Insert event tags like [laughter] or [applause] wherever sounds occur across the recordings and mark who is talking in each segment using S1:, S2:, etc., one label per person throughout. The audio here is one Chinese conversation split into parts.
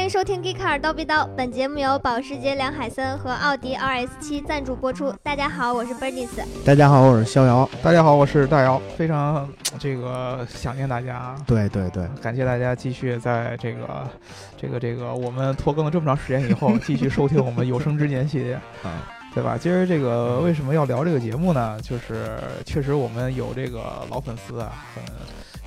S1: 迎收听《g 卡尔叨逼叨》，本节目由保时捷、梁海森和奥迪 RS 七赞助播出。大家好，我是 Bernice。
S2: 大家好，我是逍遥。
S3: 大家好，我是大姚，非常呃这个想念大家，
S2: 对对对，
S3: 感谢大家继续在这个这个这个我们拖更了这么长时间以后，继续收听我们有生之年系列，
S2: 啊，
S3: 对吧？今儿这个为什么要聊这个节目呢？就是确实我们有这个老粉丝啊，很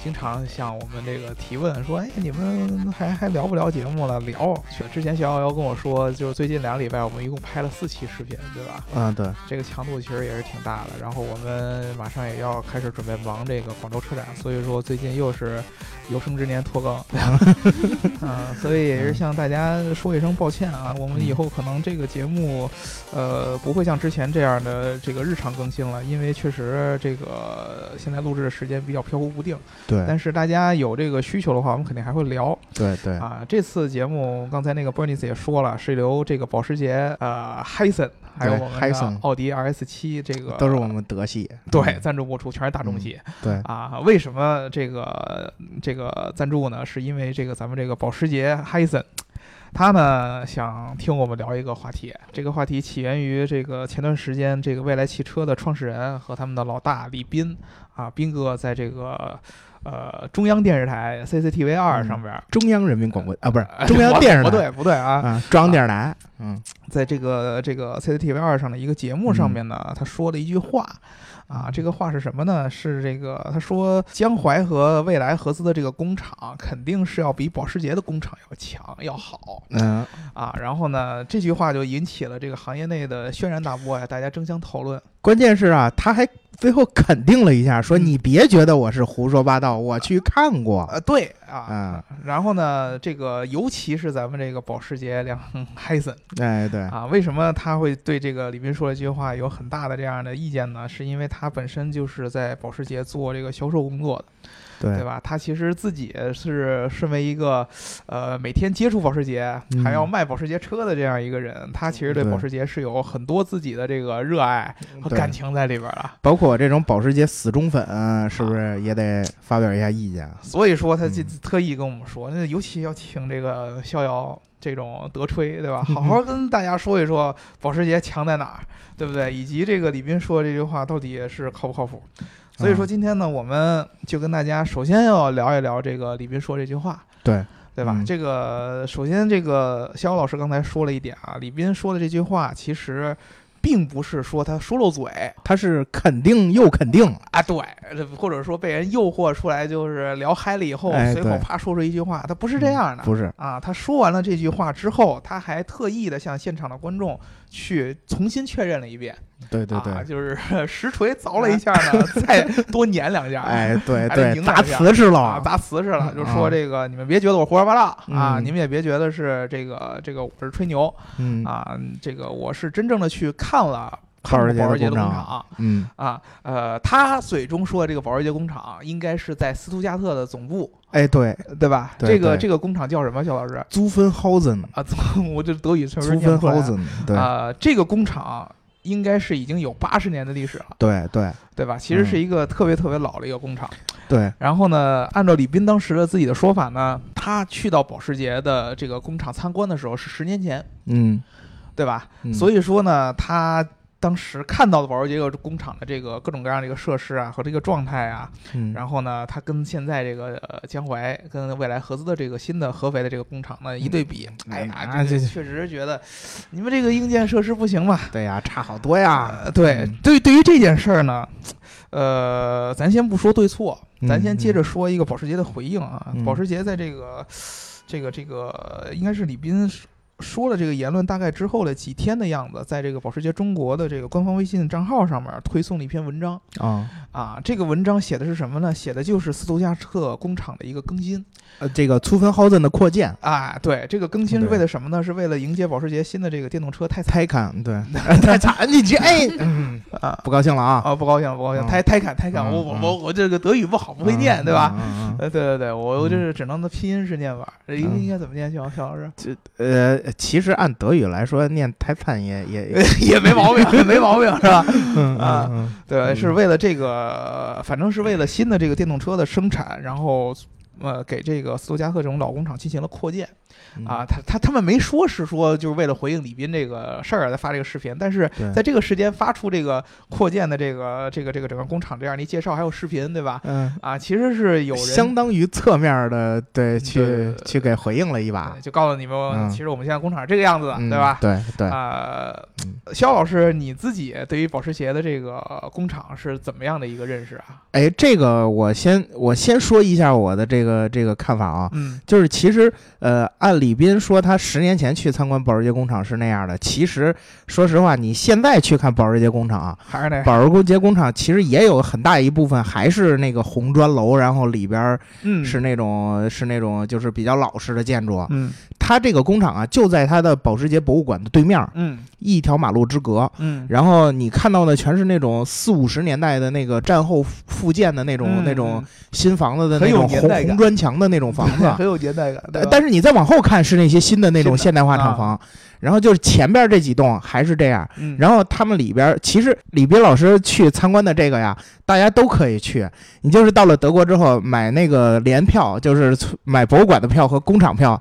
S3: 经常向我们这个提问说，哎，你们还还聊不聊节目了？聊。之前小瑶瑶跟我说，就是最近两个礼拜我们一共拍了四期视频，啊对吧？
S2: 嗯，对，
S3: 这个强度其实也是挺大的。然后我们马上也要开始准备忙这个广州车展，所以说最近又是有生之年拖更， [laughs] 嗯，所以也是向大家说一声抱歉啊。我们以后可能这个节目，呃，不会像之前这样的这个日常更新了，因为确实这个现在录制的时间比较飘忽不定。但
S2: 对
S3: 是大家有这个需求的话，我们肯定还会聊。
S2: 对对，
S3: 啊，这次节目刚才那个 Bernice 也说了，是由这个保时捷呃 Hyson 还有
S2: 对
S3: 我们的
S2: Hyson
S3: 奥迪 RS 七这个
S2: 都是我们德系。
S3: 对
S2: 嗯
S3: 赞助播出，全是大众系、
S2: 对
S3: 啊。为什么这个这个赞助呢？是因为这个咱们这个保时捷 Hyson。他呢想听我们聊一个话题，这个话题起源于这个前段时间这个未来汽车的创始人和他们的老大李斌啊，斌哥在这个呃中央电视台 CCTV 二
S2: 嗯
S3: 上边儿
S2: 中央人民广播啊，不是 [laughs] 中央电视
S3: 不
S2: 台
S3: 对不对啊，
S2: 啊，中央电视台。嗯，
S3: 在这个这个 CCTV 二上的一个节目上面呢，他说了一句话。啊，这个话是什么呢？是这个，他
S2: 嗯
S3: 说江淮和未来合资的这个工厂肯定是要比保时捷的工厂要强要好
S2: 嗯，
S3: 啊。然后呢，这句话就引起了这个行业内的轩然大波呀，大家争相讨论。
S2: 关键是啊，他还最后肯定了一下，说
S3: 嗯
S2: 你别觉得我是胡说八道，我去看过。
S3: 呃，对啊，
S2: 啊，
S3: 然后呢，这个尤其是咱们这个保时捷两 [laughs] 海森
S2: 哎对，
S3: 啊，为什么他会对这个李斌说这句话有很大的这样的意见呢？是因为他本身就是在保时捷做这个销售工作的，对
S2: 对
S3: 吧？他其实自己是身为一个，呃，每天接触保时捷
S2: 嗯
S3: 还要卖保时捷车的这样一个人，他其实对
S2: 对
S3: 保时捷是有很多自己的这个热爱和
S2: 对
S3: 感情在里边儿的。
S2: 包括这种保时捷死忠粉，啊是不
S3: 啊
S2: 是也得发表一下意见？
S3: 所以说他
S2: 嗯
S3: 就特意跟我们说，那尤其要请这个逍遥这种德吹，对吧？
S2: 嗯
S3: 好好跟大家说一说保时捷强在哪儿，对不对？以及这个李斌说这句话到底是靠不靠谱？所以
S2: 嗯
S3: 说今天呢，我们就跟大家首先要聊一聊这个李斌说这句话，
S2: 对
S3: 对吧？
S2: 嗯
S3: 这个首先这个逍遥老师刚才说了一点啊，李斌说的这句话其实。并不是说他说漏嘴
S2: 他是肯定又肯定，
S3: 啊，对，或者说被人诱惑出来，就是聊嗨了以后，
S2: 哎
S3: 随口
S2: 对嗯
S3: 啪说出一句话，他不是这样的，
S2: 不是？
S3: 啊，他说完了这句话之后，他还特意的向现场的观众去重新确认了一遍，
S2: 对对对
S3: 啊，，就是 [laughs] 实锤凿了一下呢，再多碾两下，
S2: [laughs] 哎，对
S3: 还得
S2: 对，
S3: 赢
S2: 砸
S3: 两下
S2: 瓷实
S3: 啊，
S2: 了，
S3: 砸瓷实了，就
S2: 嗯
S3: 说这个你们别觉得我胡说八道啊，
S2: 嗯
S3: 你们也别觉得是这个这个我是吹牛
S2: 嗯
S3: 啊，这个我是真正的去看了
S2: 保时捷
S3: 看过保
S2: 的
S3: 时捷的
S2: 工
S3: 工
S2: 厂
S3: 厂。
S2: 嗯，
S3: 啊，呃，他嘴中说的这个保时捷工厂应该是在斯图加特的总部，
S2: 哎对，
S3: 对吧？
S2: 对
S3: 这个
S2: 对
S3: 这个工厂叫什么？肖老师？ [laughs]
S2: 租芬豪森，
S3: 啊，我这德语确实
S2: 租
S3: 念
S2: 芬
S3: 不出来
S2: 豪
S3: 啊。
S2: 森，对
S3: 啊、这个工厂应该是已经有八十年的历史了，
S2: 对对
S3: 对吧？其实
S2: 嗯
S3: 是一个特别特别老的一个工厂。
S2: 对，
S3: 然后呢，按照李斌当时的自己的说法呢，他去到保时捷的这个工厂参观的时候是十年前，
S2: 嗯，
S3: 对吧？
S2: 嗯
S3: 所以说呢，他。当时看到的保时捷工厂的这个各种各样的一个设施啊和这个状态啊，
S2: 嗯
S3: 然后呢，它跟现在这个呃江淮跟未来合资的这个新的合肥的这个工厂呢一对比，哎呀，
S2: 啊
S3: 这
S2: 这
S3: 个确实觉得你们这个硬件设施不行嘛，
S2: 对呀，差好多呀，
S3: 呃对
S2: 嗯，
S3: 对于，对于这件事儿呢，呃，咱先不说对错，咱先
S2: 嗯
S3: 接着说一个保时捷的回应啊。
S2: 嗯
S3: 保时捷在这个，这个，这个，应该是李斌说说了这个言论大概之后的几天的样子，在这个保时捷中国的这个官方微信账号上面推送了一篇文章
S2: 啊，
S3: 啊。这个文章写的是什么呢？写的就是斯图加特工厂的一个更新
S2: 呃，这个租芬豪森的扩建，
S3: 啊。对，这个更新是
S2: 对
S3: 为了什么呢？是为了迎接保时捷新的这个电动车泰坦
S2: 泰坦，
S3: [laughs]
S2: 对，泰坦，你这哎， [laughs] 嗯
S3: 啊。
S2: 不高兴了啊，
S3: 啊，不高兴，不高兴，
S2: 嗯
S3: 泰泰坦，泰坦，
S2: 嗯
S3: 我我
S2: 嗯
S3: 我我这个德语不好，不会念，对吧？
S2: 嗯？
S3: [laughs]
S2: 嗯嗯
S3: 呃，对对对，我我这是只能的拼音是念法，应该应该怎么念？小小老师
S2: 嗯呃，其实按德语来说，念泰坦也也也，
S3: [laughs] 也没毛病，也没毛病，是吧？
S2: 嗯
S3: [laughs] 啊，
S2: 嗯
S3: 对，
S2: 嗯
S3: 是为了这个，反正是为了新的这个电动车的生产，然后呃，给这个斯图加特这种老工厂进行了扩建
S2: 嗯
S3: 啊，，他他他们没说是说就是为了回应李斌这个事儿才啊发这个视频，但是
S2: 对
S3: 在这个时间发出这个扩建的这个这个这个整个工厂这样的一介绍，还有视频，对吧？
S2: 嗯，
S3: 啊，其实是有人
S2: 相当于侧面的对去
S3: 对
S2: 去给回应了一把
S3: 对，啊就告诉你们，
S2: 嗯
S3: 其实我们现在工厂是这个样子的，
S2: 嗯
S3: 对吧？
S2: 对对，
S3: 啊、
S2: 嗯
S3: 肖老师，你自己对于保时捷的这个工厂是怎么样的一个认识啊？
S2: 哎，这个我先我先说一下我的这个这个看法啊，
S3: 嗯
S2: 就是其实呃，按李斌说，他十年前去参观保时捷工厂是那样的，其实说实话，你现在去看保时捷工厂啊，
S3: 还是那样，
S2: 保时捷工厂其实也有很大一部分还是那个红砖楼，然后里边儿
S3: 嗯，
S2: 是那种、是那种就是比较老式的建筑。
S3: 嗯
S2: 它这个工厂啊，就在它的保时捷博物馆的对面儿，
S3: 嗯
S2: 一条马路之隔。
S3: 嗯，
S2: 然后你看到的全是那种四五十年代的那个战后复建的那种、
S3: 嗯
S2: 那种新房子的
S3: 很
S2: 那
S3: 有
S2: 种
S3: 年
S2: 红
S3: 代感
S2: 红砖墙的那种房子
S3: 对。很有年代感，对
S2: 但
S3: 吧
S2: 但是你再往后看是那些新的那种
S3: 新的
S2: 现代化厂房，然后就是前边这几栋还是这样，
S3: 嗯
S2: 然后他们里边其实李斌老师去参观的这个呀，大家都可以去。你就是到了德国之后买那个联票，就是买博物馆的票和工厂票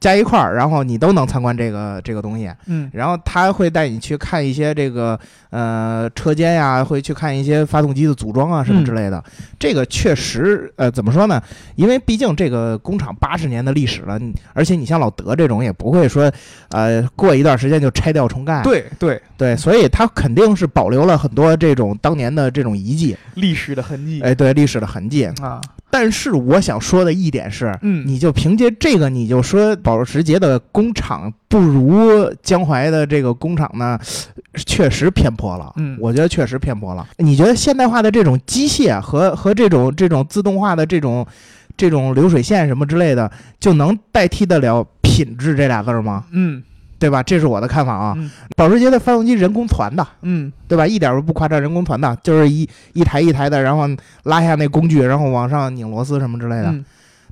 S2: 加一块儿，然后你都能参观这个这个东西。
S3: 嗯
S2: 然后他会带你去看一些这个呃车间呀、会去看一些发动机的组装啊
S3: 嗯
S2: 什么之类的。这个确实呃怎么说呢？因为毕竟这个工厂八十年的历史了，你而且你像老德这种也不会说呃过一段时间就拆掉重盖，
S3: 对对，
S2: 对所以它肯定是保留了很多这种当年的这种遗迹，
S3: 历史的痕迹
S2: 哎，对历史的痕迹。
S3: 啊，
S2: 但是我想说的一点是，
S3: 嗯
S2: 你就凭借这个，你就说保时捷的工厂不如呃江淮的这个工厂呢，确实偏颇了。
S3: 嗯
S2: 我觉得确实偏颇了。你觉得现代化的这种机械和和这种这种自动化的这种这种流水线什么之类的，就能代替得了品质这俩字儿吗？
S3: 嗯
S2: 对吧？这是我的看法啊。
S3: 嗯
S2: 保时捷的发动机人工团的，
S3: 嗯
S2: 对吧？一点儿都不夸张，人工团的，就是一一台一台的，然后拉下那工具，然后往上拧螺丝什么之类的。
S3: 嗯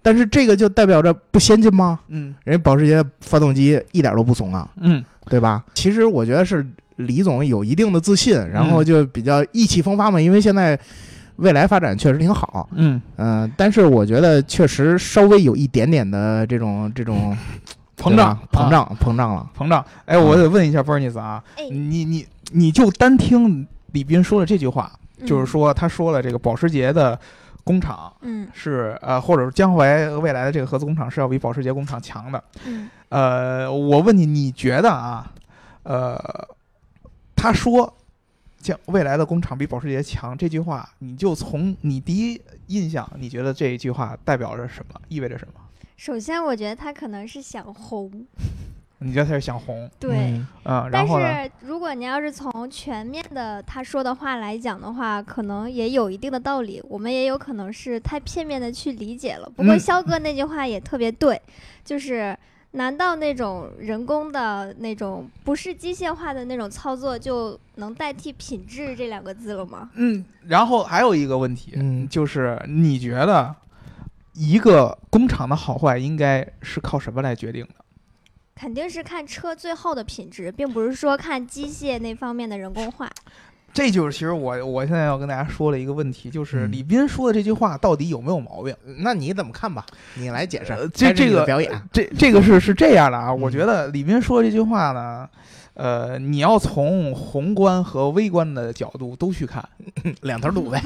S2: 但是这个就代表着不先进吗？
S3: 嗯
S2: 人家保时捷发动机一点都不怂啊，
S3: 嗯，
S2: 对吧？其实我觉得是李总有一定的自信，然
S3: 嗯
S2: 后就比较意气风发嘛，因为现在未来发展确实挺好，
S3: 嗯，
S2: 嗯、但是我觉得确实稍微有一点点的这种这种
S3: 膨
S2: 对
S3: 胀
S2: 吧嗯膨
S3: 啊
S2: 胀、膨胀了。
S3: 膨胀。哎，我得问一下 Bernice 啊，
S1: 哎
S3: 你你你就单听李斌说的这句话，嗯就是，说他说了这个保时捷的工厂
S1: 嗯
S3: 是呃，或者是江淮未来的这个合资工厂是要比保时捷工厂强的。
S1: 嗯
S3: 呃，我问你，你觉得啊，呃，他说江未来的工厂比保时捷强这句话，你就从你第一印象，你觉得这一句话代表着什么，意味着什么？
S1: 首先我觉得他可能是想红，
S3: 你觉得他是想红
S1: 对。
S2: 嗯
S3: 啊、
S1: 但
S3: 然后呢？
S1: 是如果您要是从全面的他说的话来讲的话，可能也有一定的道理，我们也有可能是太片面的去理解了。不过
S3: 嗯
S1: 肖哥那句话也特别对，就是难道那种人工的那种不是机械化的那种操作就能代替品质这两个字了吗？
S3: 嗯，然后还有一个问题，
S2: 嗯
S3: 就是你觉得一个工厂的好坏应该是靠什么来决定的？
S1: 肯定是看车最后的品质，并不是说看机械那方面的人工化。
S3: 这就是其实我我现在要跟大家说的一个问题，就是
S2: 嗯
S3: 李斌说的这句话到底有没有毛病？
S2: 那你怎么看吧？你来解释开
S3: 呃。这
S2: 始
S3: 这
S2: 你的
S3: 个
S2: 表演，
S3: 这这个是是这样的啊，
S2: 嗯
S3: 我觉得李斌说这句话呢，呃，你要从宏观和微观的角度都去看，
S2: 两头
S3: [laughs]
S2: 堵呗。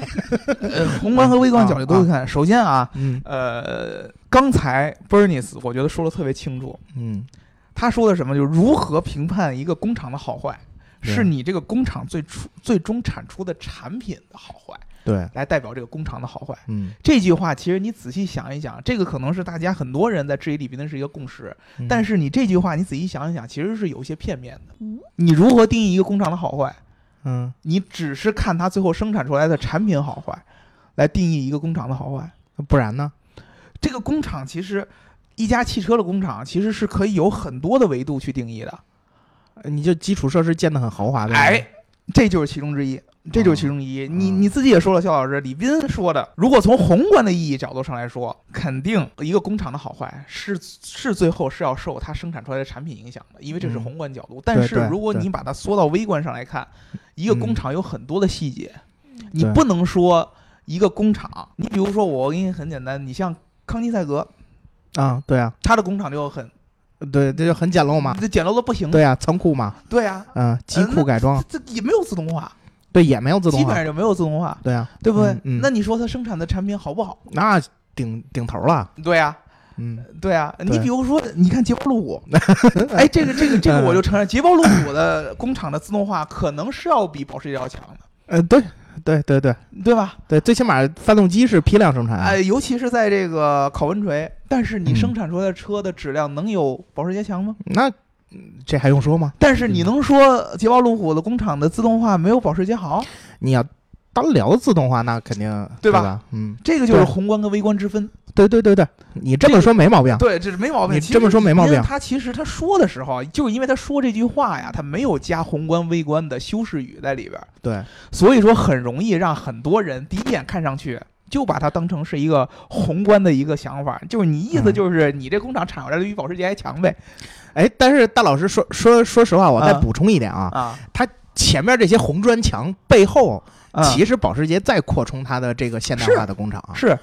S3: 呃，宏观和微观角度都去看。首先啊，
S2: 嗯
S3: 呃，刚才 Bernice 我觉得说的特别清楚，
S2: 嗯，
S3: 他说的什么就是如何评判一个工厂的好坏，
S2: 对
S3: 是你这个工厂最初最终产出的产品的好坏
S2: 对，
S3: 来代表这个工厂的好坏。
S2: 嗯，
S3: 这句话其实你仔细想一想，这个可能是大家很多人在质疑李斌的是一个共识，但
S2: 是
S3: 是你这句话你仔细想一想，其实是有些片面的
S1: 嗯。
S3: 你如何定义一个工厂的好坏？
S2: 嗯，
S3: 你只是看它最后生产出来的产品好坏，来定义一个工厂的好坏。
S2: 不然呢？
S3: 这个工厂其实，一家汽车的工厂其实是可以有很多的维度去定义的。
S2: 你就基础设施建得很豪华呗。
S3: 哎，这就是其中之一，这就是其中之一。
S2: 嗯
S3: 你你自己也说了，肖老师，李斌说的，如果从宏观的意义角度上来说，肯定一个工厂的好坏是是最后是要受它生产出来的产品影响的，因为这是
S2: 嗯
S3: 宏观角度。但是
S2: 对
S3: 如果
S2: 对嗯
S3: 你把它缩到微观上来看，一个工厂有很多的细节，你
S2: 对
S3: 不能说一个工厂，你比如说我给你很简单，你像康尼赛格，
S2: 啊，对啊，
S3: 他的工厂就很
S2: 对，这就很简陋嘛。
S3: 这简陋的不行。
S2: 对啊，仓库嘛，
S3: 对呀，
S2: 嗯，机库改装，
S3: 这这也没有自动化，
S2: 对，也没有自动
S3: 呃基本
S2: 化，
S3: 上就没有自动化，
S2: 对啊，
S3: 对不对
S2: 嗯嗯？
S3: 那你说它生产的产品好不好？
S2: 那顶顶头了，
S3: 对呀，
S2: 嗯，
S3: 对啊，你
S2: 对
S3: 比如说，你看捷豹路
S2: [laughs]
S3: 虎，哎，这个这个这个，我就承认，捷豹路虎的工厂的自动化可能是要比保时捷要强的，
S2: 呃，对，对对对
S3: 对吧？
S2: 对，最起码发动机是批量生产啊，
S3: 哎，尤其是在这个考文垂，但是你
S2: 嗯
S3: 生产出来的车的质量能有保时捷强吗？
S2: 那嗯这还用说吗？
S3: 但是你能说捷豹路虎的工厂的自动化没有保时捷好？
S2: 你要单聊自动化，那肯定
S3: 对吧
S2: 吧？嗯，
S3: 这个就是
S2: 对
S3: 宏观跟微观之分。
S2: 对对对对，你这
S3: 这
S2: 么
S3: 个
S2: 说没 [laughs] 毛病，
S3: 对，这是没毛病。
S2: 你
S3: 其实
S2: 这么说没毛病
S3: 因为他其实他说的时候，就是因为他说这句话呀，他没有加宏观微观的修饰语在里边儿。
S2: 对，
S3: 所以说很容易让很多人第一眼看上去就把它当成是一个宏观的一个想法，就是你意思
S2: 嗯
S3: 就是你这工厂产出来的比保时捷还强呗
S2: 哎，但是大老师说说说实话，我再
S3: 啊
S2: 补充一点啊，
S3: 啊，
S2: 前面这些红砖墙背后，
S3: 啊
S2: 其实保时捷在扩充它的这个现代化的工厂啊，
S3: 是。
S2: 嗯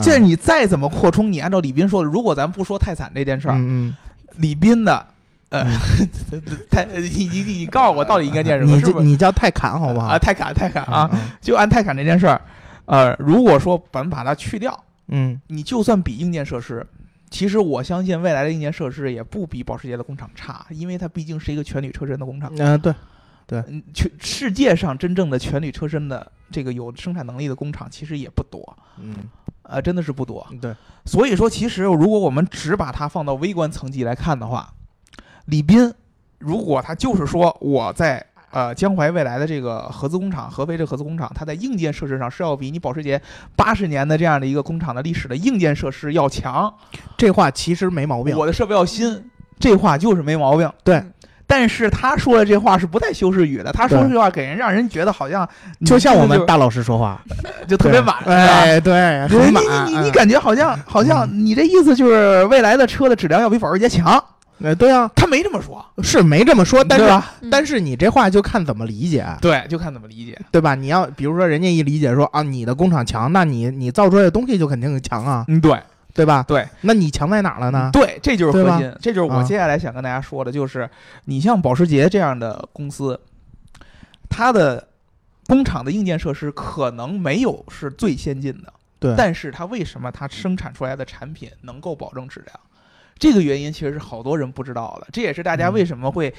S3: 这你再怎么扩充，你按照李斌说的，如果咱不说泰坦这件事儿，
S2: 嗯嗯，嗯
S3: 李斌的，呃， [laughs] 泰你你你告诉我到底应该念什么？
S2: 你
S3: 是
S2: 这
S3: 不是
S2: 你叫泰坦好不好
S3: 啊？？泰坦泰坦啊，
S2: 嗯，
S3: 就按泰坦这件事儿，呃，如果说咱们把它去掉，
S2: 嗯，
S3: 你就算比硬件设施，其实我相信未来的硬件设施也不比保时捷的工厂差，因为它毕竟是一个全铝车身的工厂。
S2: 嗯呃对，
S3: 嗯，全世界上真正的全铝车身的这个有生产能力的工厂其实也不多，
S2: 嗯
S3: 呃，真的是不多。
S2: 对，
S3: 所以说，其实如果我们只把它放到微观层级来看的话，李斌如果他就是说我在。呃，江淮未来的这个合资工厂，合肥这合资工厂，它在硬件设施上是要比你保时捷八十年的这样的一个工厂的历史的硬件设施要强。
S2: 这话其实没毛病，
S3: 我的设备要新，这话就是没毛病。
S2: 对，
S3: 但是他说的这话是不带修饰语的，他说这话给人让人觉得好像你
S2: 就像我们
S3: 就
S2: 大老师说话，
S3: 就 [laughs] 特别晚，是吧。
S2: 哎对，
S3: 你
S2: 很
S3: 你
S2: 晚，嗯
S3: 你你你感觉好像好像你这意思就是未来的车的质量要比保时捷强，
S2: 嗯，哎对啊，
S3: 他没这么说，
S2: 是没这么说，但
S3: 对
S2: 是
S3: 吧？
S2: 但是你这话就看怎么理解，啊
S3: 对，就看怎么理解。
S2: 对吧？你要比如说人家一理解说啊，你的工厂强，那你你造出来的东西就肯定强啊，
S3: 嗯，对
S2: 对吧？
S3: 对，
S2: 那你强在哪儿了呢？
S3: 对，嗯这就是
S2: 对
S3: 核
S2: 吧
S3: 心，这就是我
S2: 啊
S3: 接下来想跟大家说的，就是你像保时捷这样的公司，它的工厂的硬件设施可能没有是最先进的，
S2: 对
S3: 但是它为什么它生产出来的产品能够保证质量？这个原因其实是好多人不知道的，这也是大家
S2: 嗯
S3: 为什么会、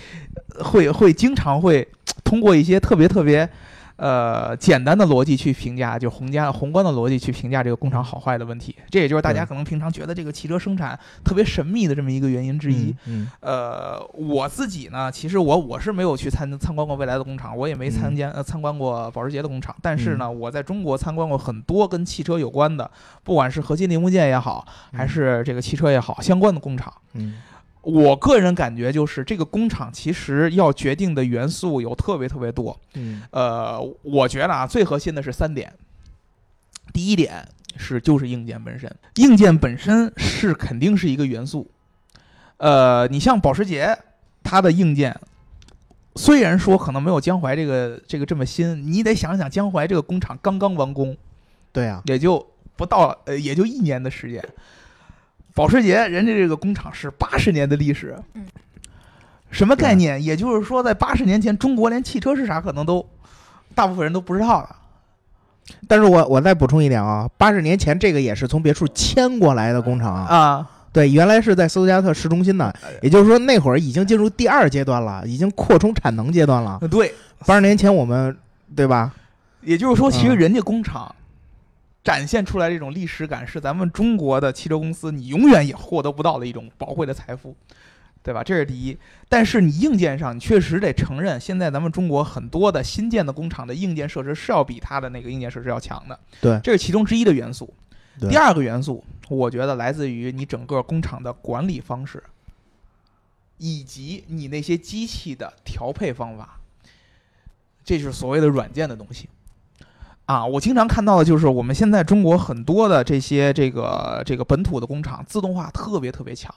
S3: 呃会会经常会通过一些特别特别呃简单的逻辑去评价，就宏家宏观的逻辑去评价这个工厂好坏的问题。这也就是大家
S2: 对
S3: 可能平常觉得这个汽车生产特别神秘的这么一个原因之一。
S2: 嗯，嗯，
S3: 呃，我自己呢，其实我我是没有去参参观过未来的工厂，我也没参加、呃参观过保时捷的工厂，但是呢，我在中国参观过很多跟汽车有关的，不管是核心零部件也好，还是这个汽车也好，相关的工厂。
S2: 嗯
S3: 我个人感觉就是这个工厂其实要决定的元素有特别特别多，
S2: 嗯
S3: 呃，我觉得啊，最核心的是三点。第一点是就是硬件本身，硬件本身是肯定是一个元素。呃，你像保时捷，它的硬件虽然说可能没有江淮这个这个这么新，你得想想江淮这个工厂刚刚完工，
S2: 对啊，
S3: 也就不到呃也就一年的时间。保时捷人家这个工厂是八十年的历史，
S1: 嗯，
S3: 什么概念？也就是说，在八十年前，中国连汽车是啥可能都大部分人都不知道了。
S2: 但是我我再补充一点啊，八十年前这个也是从别处迁过来的工厂啊，
S3: 啊，
S2: 对，原来是在斯图加特市中心的，也就是说那会儿已经进入第二阶段了，已经扩充产能阶段 [laughs] 了。
S3: 啊对，
S2: 八十年前我们对吧？
S3: 也就是说，其实
S2: 嗯
S3: 人家工厂展现出来这种历史感，是咱们中国的汽车公司你永远也获得不到的一种宝贵的财富，对吧？这是第一。但是你硬件上，你确实得承认，现在咱们中国很多的新建的工厂的硬件设施是要比它的那个硬件设施要强的，
S2: 对
S3: 这是其中之一的元素。
S2: 对
S3: 第二个元素，我觉得来自于你整个工厂的管理方式，以及你那些机器的调配方法。这就是所谓的软件的东西。啊，我经常看到的就是我们现在中国很多的这些这个这个本土的工厂自动化特别特别强，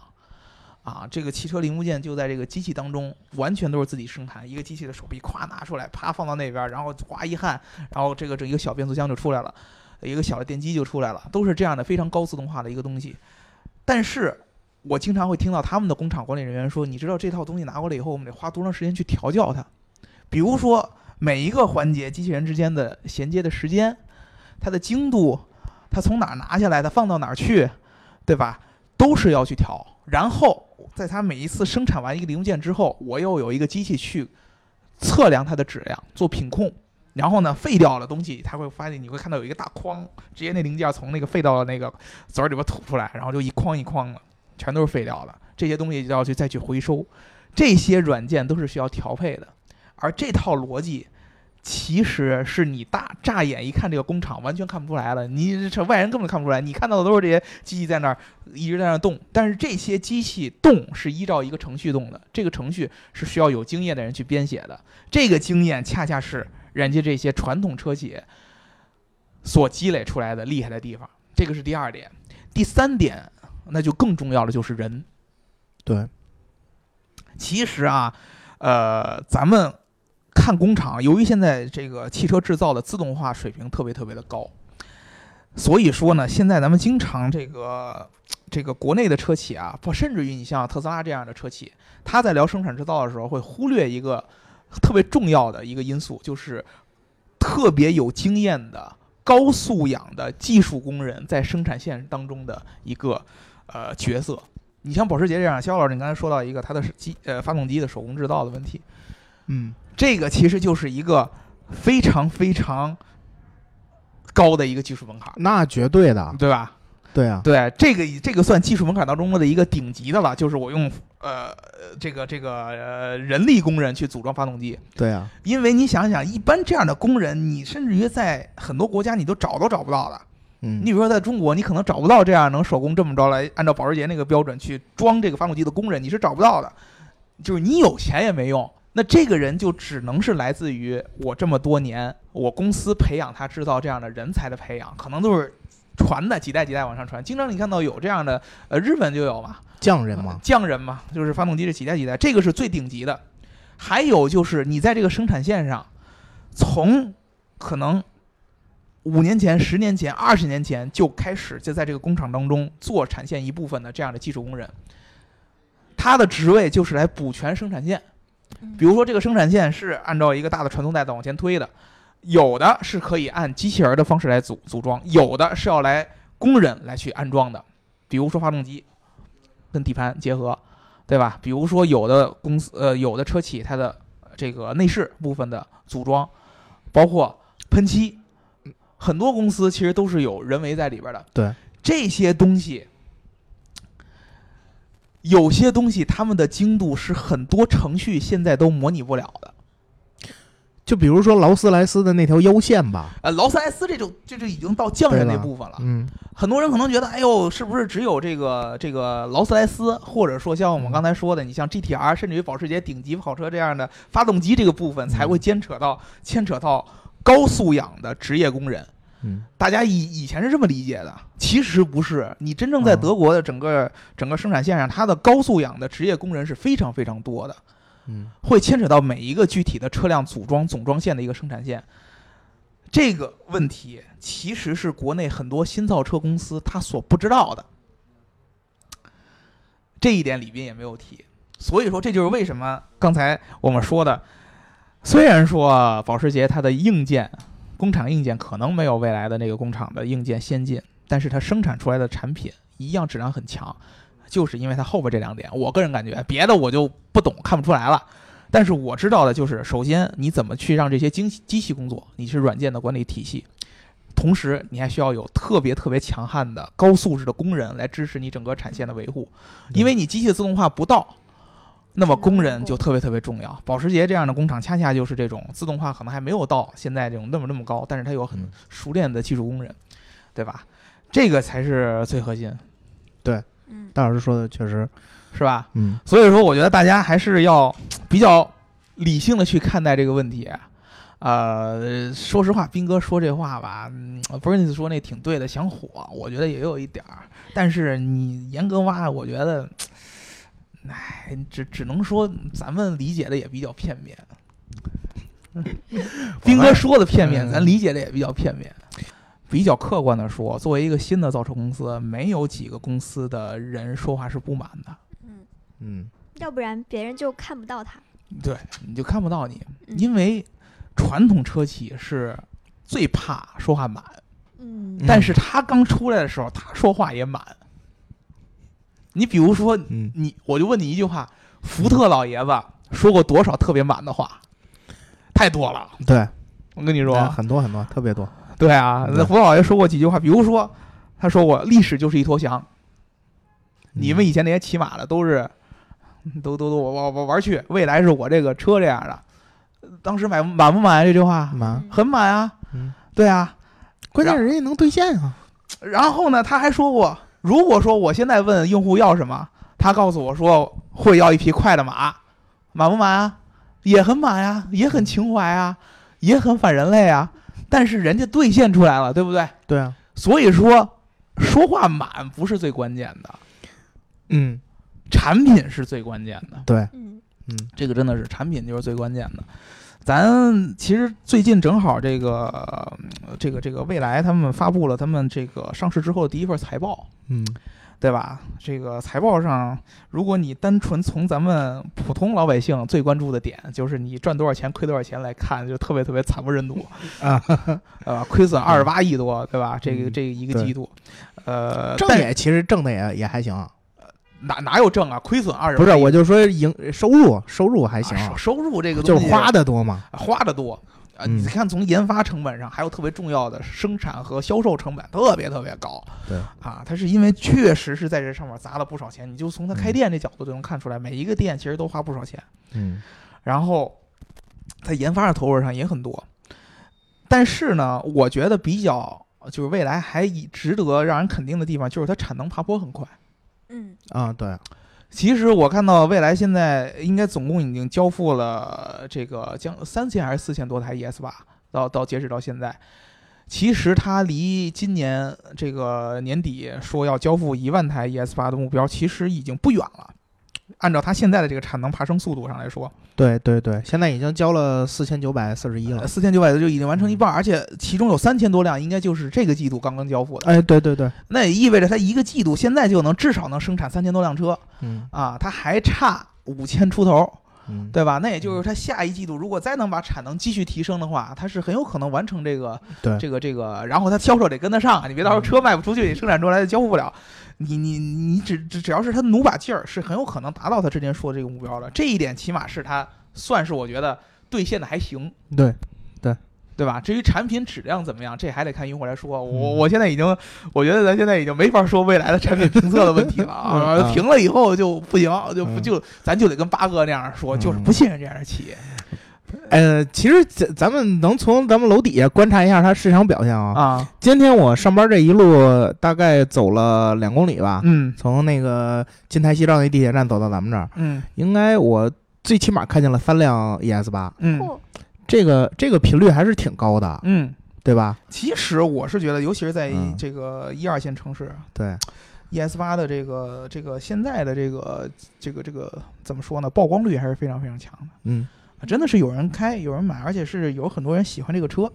S3: 啊，这个汽车零部件就在这个机器当中，完全都是自己生产，一个机器的手臂咵拿出来，啪放到那边，然后哗一焊，然后这个整一个小变速箱就出来了，一个小的电机就出来了，都是这样的非常高自动化的一个东西。但是我经常会听到他们的工厂管理人员说：“你知道这套东西拿过来以后，我们得花多长时间去调教它？比如说每一个环节机器人之间的衔接的时间，它的精度，它从哪儿拿下来，它放到哪儿去，对吧？都是要去调。然后在它每一次生产完一个零部件之后，我又有一个机器去测量它的质量，做品控。”然后呢，废掉了东西，它会发现你会看到有一个大筐，直接那零件从那个废掉的那个嘴儿里边吐出来，然后就一筐一筐的，全都是废掉了。这些东西就要去再去回收，这些软件都是需要调配的。而这套逻辑，其实是你大乍眼一看这个工厂完全看不出来了，你这外人根本看不出来，你看到的都是这些机器在那儿一直在那儿动，但是这些机器动是依照一个程序动的，这个程序是需要有经验的人去编写的，这个经验恰恰是人家这些传统车企所积累出来的厉害的地方。这个是第二点，第三点那就更重要的就是人。
S2: 对，
S3: 其实啊，呃，咱们看工厂，由于现在这个汽车制造的自动化水平特别特别的高，所以说呢，现在咱们经常这个这个国内的车企啊，不甚至于你像特斯拉这样的车企，它在聊生产制造的时候会忽略一个特别重要的一个因素，就是特别有经验的。高素养的技术工人在生产线当中的一个呃角色。你像保时捷这样，肖老师，你刚才说到一个它的是机呃发动机的手工制造的问题，
S2: 嗯，
S3: 这个其实就是一个非常非常高的一个技术门槛，
S2: [laughs] 那绝对的，
S3: 对吧？
S2: 对啊，
S3: 对，这个这个算技术门槛当中的一个顶级的了，就是我用呃这个这个呃人力工人去组装发动机，
S2: 对啊，
S3: 因为你想想，一般这样的工人，你甚至于在很多国家你都找都找不到的。
S2: 嗯，
S3: 你比如说，在中国，你可能找不到这样能手工这么着来按照保时捷那个标准去装这个发动机的工人，你是找不到的。就是你有钱也没用，那这个人就只能是来自于我这么多年我公司培养他制造这样的人才的培养，可能都是传的几代几代往上传。经常你看到有这样的，呃，日本就有嘛，
S2: 匠人嘛，
S3: 匠人嘛，就是发动机是几代几代，这个是最顶级的。还有就是你在这个生产线上，从可能五年前、十年前、二十年前就开始就在这个工厂当中做产线一部分的这样的技术工人，他的职位就是来补全生产线。比如说这个生产线是按照一个大的传送带的往前推的，有的是可以按机器人儿的方式来组组装，有的是要来工人来去安装的，比如说发动机跟底盘结合，对吧？比如说有的公司呃有的车企它的呃这个内饰部分的组装，包括喷漆，很多公司其实都是有人为在里边儿的。
S2: 对
S3: 这些东西。有些东西他们的精度是很多程序现在都模拟不了的，
S2: 就比如说劳斯莱斯的那条腰线吧，
S3: 呃，劳斯莱斯这种这就已经到匠人那部分了。
S2: 嗯，
S3: 很多人可能觉得，哎呦，是不是只有这个这个劳斯莱斯，或者说像我们刚才说的，你像 GTR，甚至于保时捷顶级跑车这样的发动机这个部分，才会牵扯到牵扯到高素养的职业工人？
S2: 嗯，
S3: 大家以以前是这么理解的，其实不是。你真正在
S2: 嗯
S3: 德国的整个整个生产线上，它的高素养的职业工人是非常非常多的。
S2: 嗯，
S3: 会牵扯到每一个具体的车辆组装总装线的一个生产线。这个问题其实是国内很多新造车公司它所不知道的，这一点李斌也没有提。所以说，这就是为什么刚才我们说的，虽然说保时捷它的硬件工厂硬件可能没有未来的那个工厂的硬件先进，但是它生产出来的产品一样质量很强，就是因为它后边这两点。我个人感觉，别的我就不懂，看不出来了。但是我知道的就是，首先你怎么去让这些机机器工作，你是软件的管理体系，同时你还需要有特别特别强悍的高素质的工人来支持你整个产线的维护，因为你机器自动化不到。那么工人就特别特别重要。保时捷这样的工厂，恰恰就是这种自动化可能还没有到现在这种那么那么高，但是它有很
S2: 嗯
S3: 熟练的技术工人，对吧？这个才是最核心，
S1: 嗯，
S2: 大老师说的确实，
S3: 是吧？
S2: 嗯，
S3: 所以说，我觉得大家还是要比较理性的去看待这个问题。呃，说实话，斌哥说这话吧，嗯，不是你说那挺对的，想火，我觉得也有一点儿。但是你严格挖，我觉得，唉，只只能说咱们理解的也比较片面。斌哥说的片面，
S2: 嗯
S3: 咱理解的也比较片面。比较客观的说，作为一个新的造车公司，没有几个公司的人说话是不满的。
S1: 嗯，
S2: 嗯
S1: 要不然别人就看不到它。
S3: 对，你就看不到你，
S1: 嗯
S3: 因为传统车企是最怕说话满，
S1: 嗯
S2: 嗯
S3: 但是他刚出来的时候，他说话也满。你比如说，
S2: 嗯，
S3: 你我就问你一句话：福特老爷子说过多少特别满的话？太多了，
S2: 对，
S3: 我跟你说，
S2: 哎很多很多，特别多。
S3: 对啊，
S2: 对
S3: 那福特老爷说过几句话，比如说他说过历史就是一坨翔，
S2: 嗯
S3: 你们以前那些骑马的都是，都都都我我我玩去，未来是我这个车这样的。当时买满不满啊这句话
S2: 干？嘛？
S3: 很满啊，
S2: 嗯
S3: 对啊。
S2: 关键人家能兑现啊。
S3: 然后呢，他还说过，如果说我现在问用户要什么，他告诉我说会要一匹快的马，满不满啊？也很满呀、也很情怀啊，也很反人类啊。但是人家兑现出来了，对不对？
S2: 对啊，
S3: 所以说，说话满不是最关键的，
S2: 嗯，
S3: 产品是最关键的。
S2: 对，
S1: 嗯
S2: 嗯
S3: 这个真的是产品就是最关键的。咱其实最近正好这个呃这个这个蔚来他们发布了他们这个上市之后的第一份财报，
S2: 嗯
S3: 对吧？这个财报上，如果你单纯从咱们普通老百姓最关注的点，就是你赚多少钱、亏多少钱来看，就特别特别惨不忍睹
S2: [laughs] 啊，
S3: 对吧？亏损二十八亿多，对吧？这个
S2: 嗯
S3: 这个一个季度，呃，
S2: 挣
S3: 但
S2: 也其实挣的也也还行啊，
S3: 哪哪有挣啊？亏损二十
S2: 不是，我就说盈收入收入还行啊，
S3: 收收入这个
S2: 就
S3: 东西
S2: 是花的多嘛。
S3: 花的多啊！
S2: 嗯
S3: 你看，从研发成本上，还有特别重要的生产和销售成本，特别特别高。
S2: 对
S3: 啊，它是因为确实是在这上面砸了不少钱，你就从它开店这角度就能看出来，每一个店其实都花不少钱。
S2: 嗯
S3: 然后在研发的投入上也很多，但是呢，我觉得比较就是未来还以值得让人肯定的地方，就是它产能爬坡很快。
S1: 嗯
S2: 啊，对，
S3: 其实我看到蔚来现在应该总共已经交付了这个将三千还是四千多台 ES 八，到到截止到现在，其实它离今年这个年底说要交付一万台 ES 八的目标，其实已经不远了。按照它现在的这个产能爬升速度上来说，
S2: 对对对，现在已经交了四千九百四十一了。
S3: 四千九百就已经完成一半，而且其中有三千多辆应该就是这个季度刚刚交付的。
S2: 哎，对对对，
S3: 那也意味着它一个季度现在就能至少能生产三千多辆车
S2: 嗯
S3: 啊，它还差五千出头。
S2: 嗯，
S3: 对吧？那也就是它下一季度如果再能把产能继续提升的话，它是很有可能完成这个
S2: 对嗯
S3: 这个这个，然后它销售得跟得上啊，你别到时候车卖不出去，你生产出来就交付不了，你你你只只只要是它努把劲儿，是很有可能达到它之前说的这个目标的。这一点起码是它算是我觉得兑现的还行。
S2: 对，
S3: 对吧？至于产品质量怎么样，这还得看用户来说。我
S2: 嗯
S3: 我现在已经，我觉得咱现在已经没法说未来的产品评测的问题了 [laughs] 啊！
S2: 嗯
S3: 停了以后就不行，就不
S2: 嗯
S3: 就咱就得跟八哥那样说，就是不信任这样的企业。
S2: 呃，其实咱咱们能从咱们楼底下观察一下它市场表现啊。
S3: 啊，
S2: 今天我上班这一路大概走了两公里吧，
S3: 嗯
S2: 从那个金台西站那地铁站走到咱们这儿，
S3: 嗯
S2: 应该我最起码看见了三辆 ES 八，
S3: 嗯
S1: 或
S2: 这个这个频率还是挺高的，
S3: 嗯。
S2: 对吧？
S3: 其实我是觉得，尤其是在
S2: 嗯
S3: 这个一二线城市
S2: 对，
S3: ，ES 八的这个这个现在的这个这个这个怎么说呢？曝光率还是非常非常强的，
S2: 嗯，
S3: 啊真的是有人开，有人买，而且是有很多人喜欢这个车。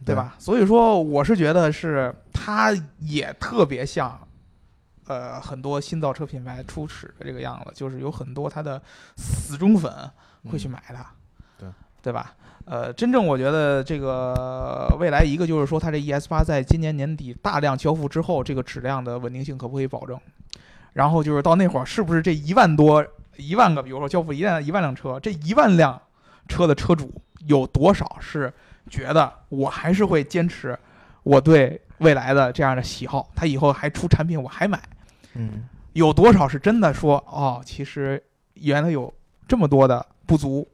S3: 对
S2: 对？
S3: 吧？所以说，我是觉得是它也特别像，呃，很多新造车品牌初始的这个样子，就是有很多它的死忠粉会去买它，
S2: 嗯对
S3: 对吧？呃，真正我觉得这个未来一个就是说，它这 ES 八在今年年底大量交付之后，这个质量的稳定性可不可以保证？然后就是到那会儿，是不是这一万多一万个，比如说交付一万一万辆车，这一万辆车的车主有多少是觉得我还是会坚持我对未来的这样的喜好，他以后还出产品我还买，
S2: 嗯
S3: 有多少是真的说哦，其实原来有这么多的不足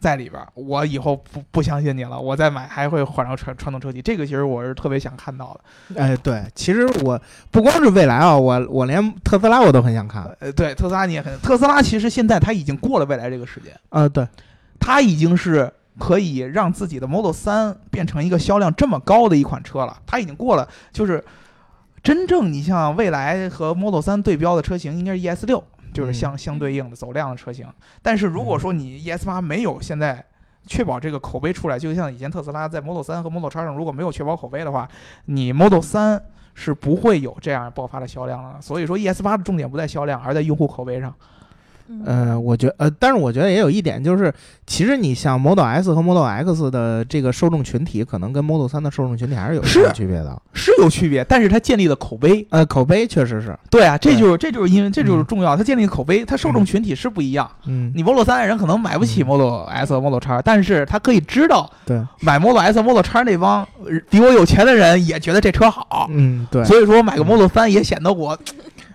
S3: 在里边儿，我以后不不相信你了，我再买还会换成传传统车企，这个其实我是特别想看到的。
S2: 嗯，哎，对，其实我不光是未来啊，我我连特斯拉我都很想看
S3: 呃，对，特斯拉你也很，特斯拉其实现在它已经过了未来这个时间，
S2: 啊，对，
S3: 它已经是可以让自己的 Model 3变成一个销量这么高的一款车了。它已经过了，就是真正你像未来和 Model 3对标的车型，应该是 E ES 6就是相、相对应的走量的车型。但是如果说你 ES 8没有现在确保这个口碑出来。就像以前特斯拉在 Model 3和 Model X 上如果没有确保口碑的话，你 Model 3是不会有这样爆发的销量了。所以说 ES 8的重点不在销量，而在用户口碑上。
S1: 嗯
S2: 呃，我觉得呃，但是我觉得也有一点，就是其实你像 Model S 和 Model X 的这个受众群体，可能跟 Model 3的受众群体还是有一
S3: 是
S2: 定区别的。
S3: 是有区别，但是它建立了口碑。
S2: 呃，口碑确实是，
S3: 对啊，这
S2: 对
S3: 就是这就是因为这就是
S2: 嗯
S3: 重要，它建立口碑，它受众群体是不一样。
S2: 嗯，
S3: 你 Model 3人可能买不起
S2: 嗯
S3: Model S 和 Model X，但是他可以知道
S2: 对，
S3: 买 Model S、和 Model X 那帮呃比我有钱的人也觉得这车好，
S2: 嗯，对，
S3: 所以说我买个 Model 3也显得我，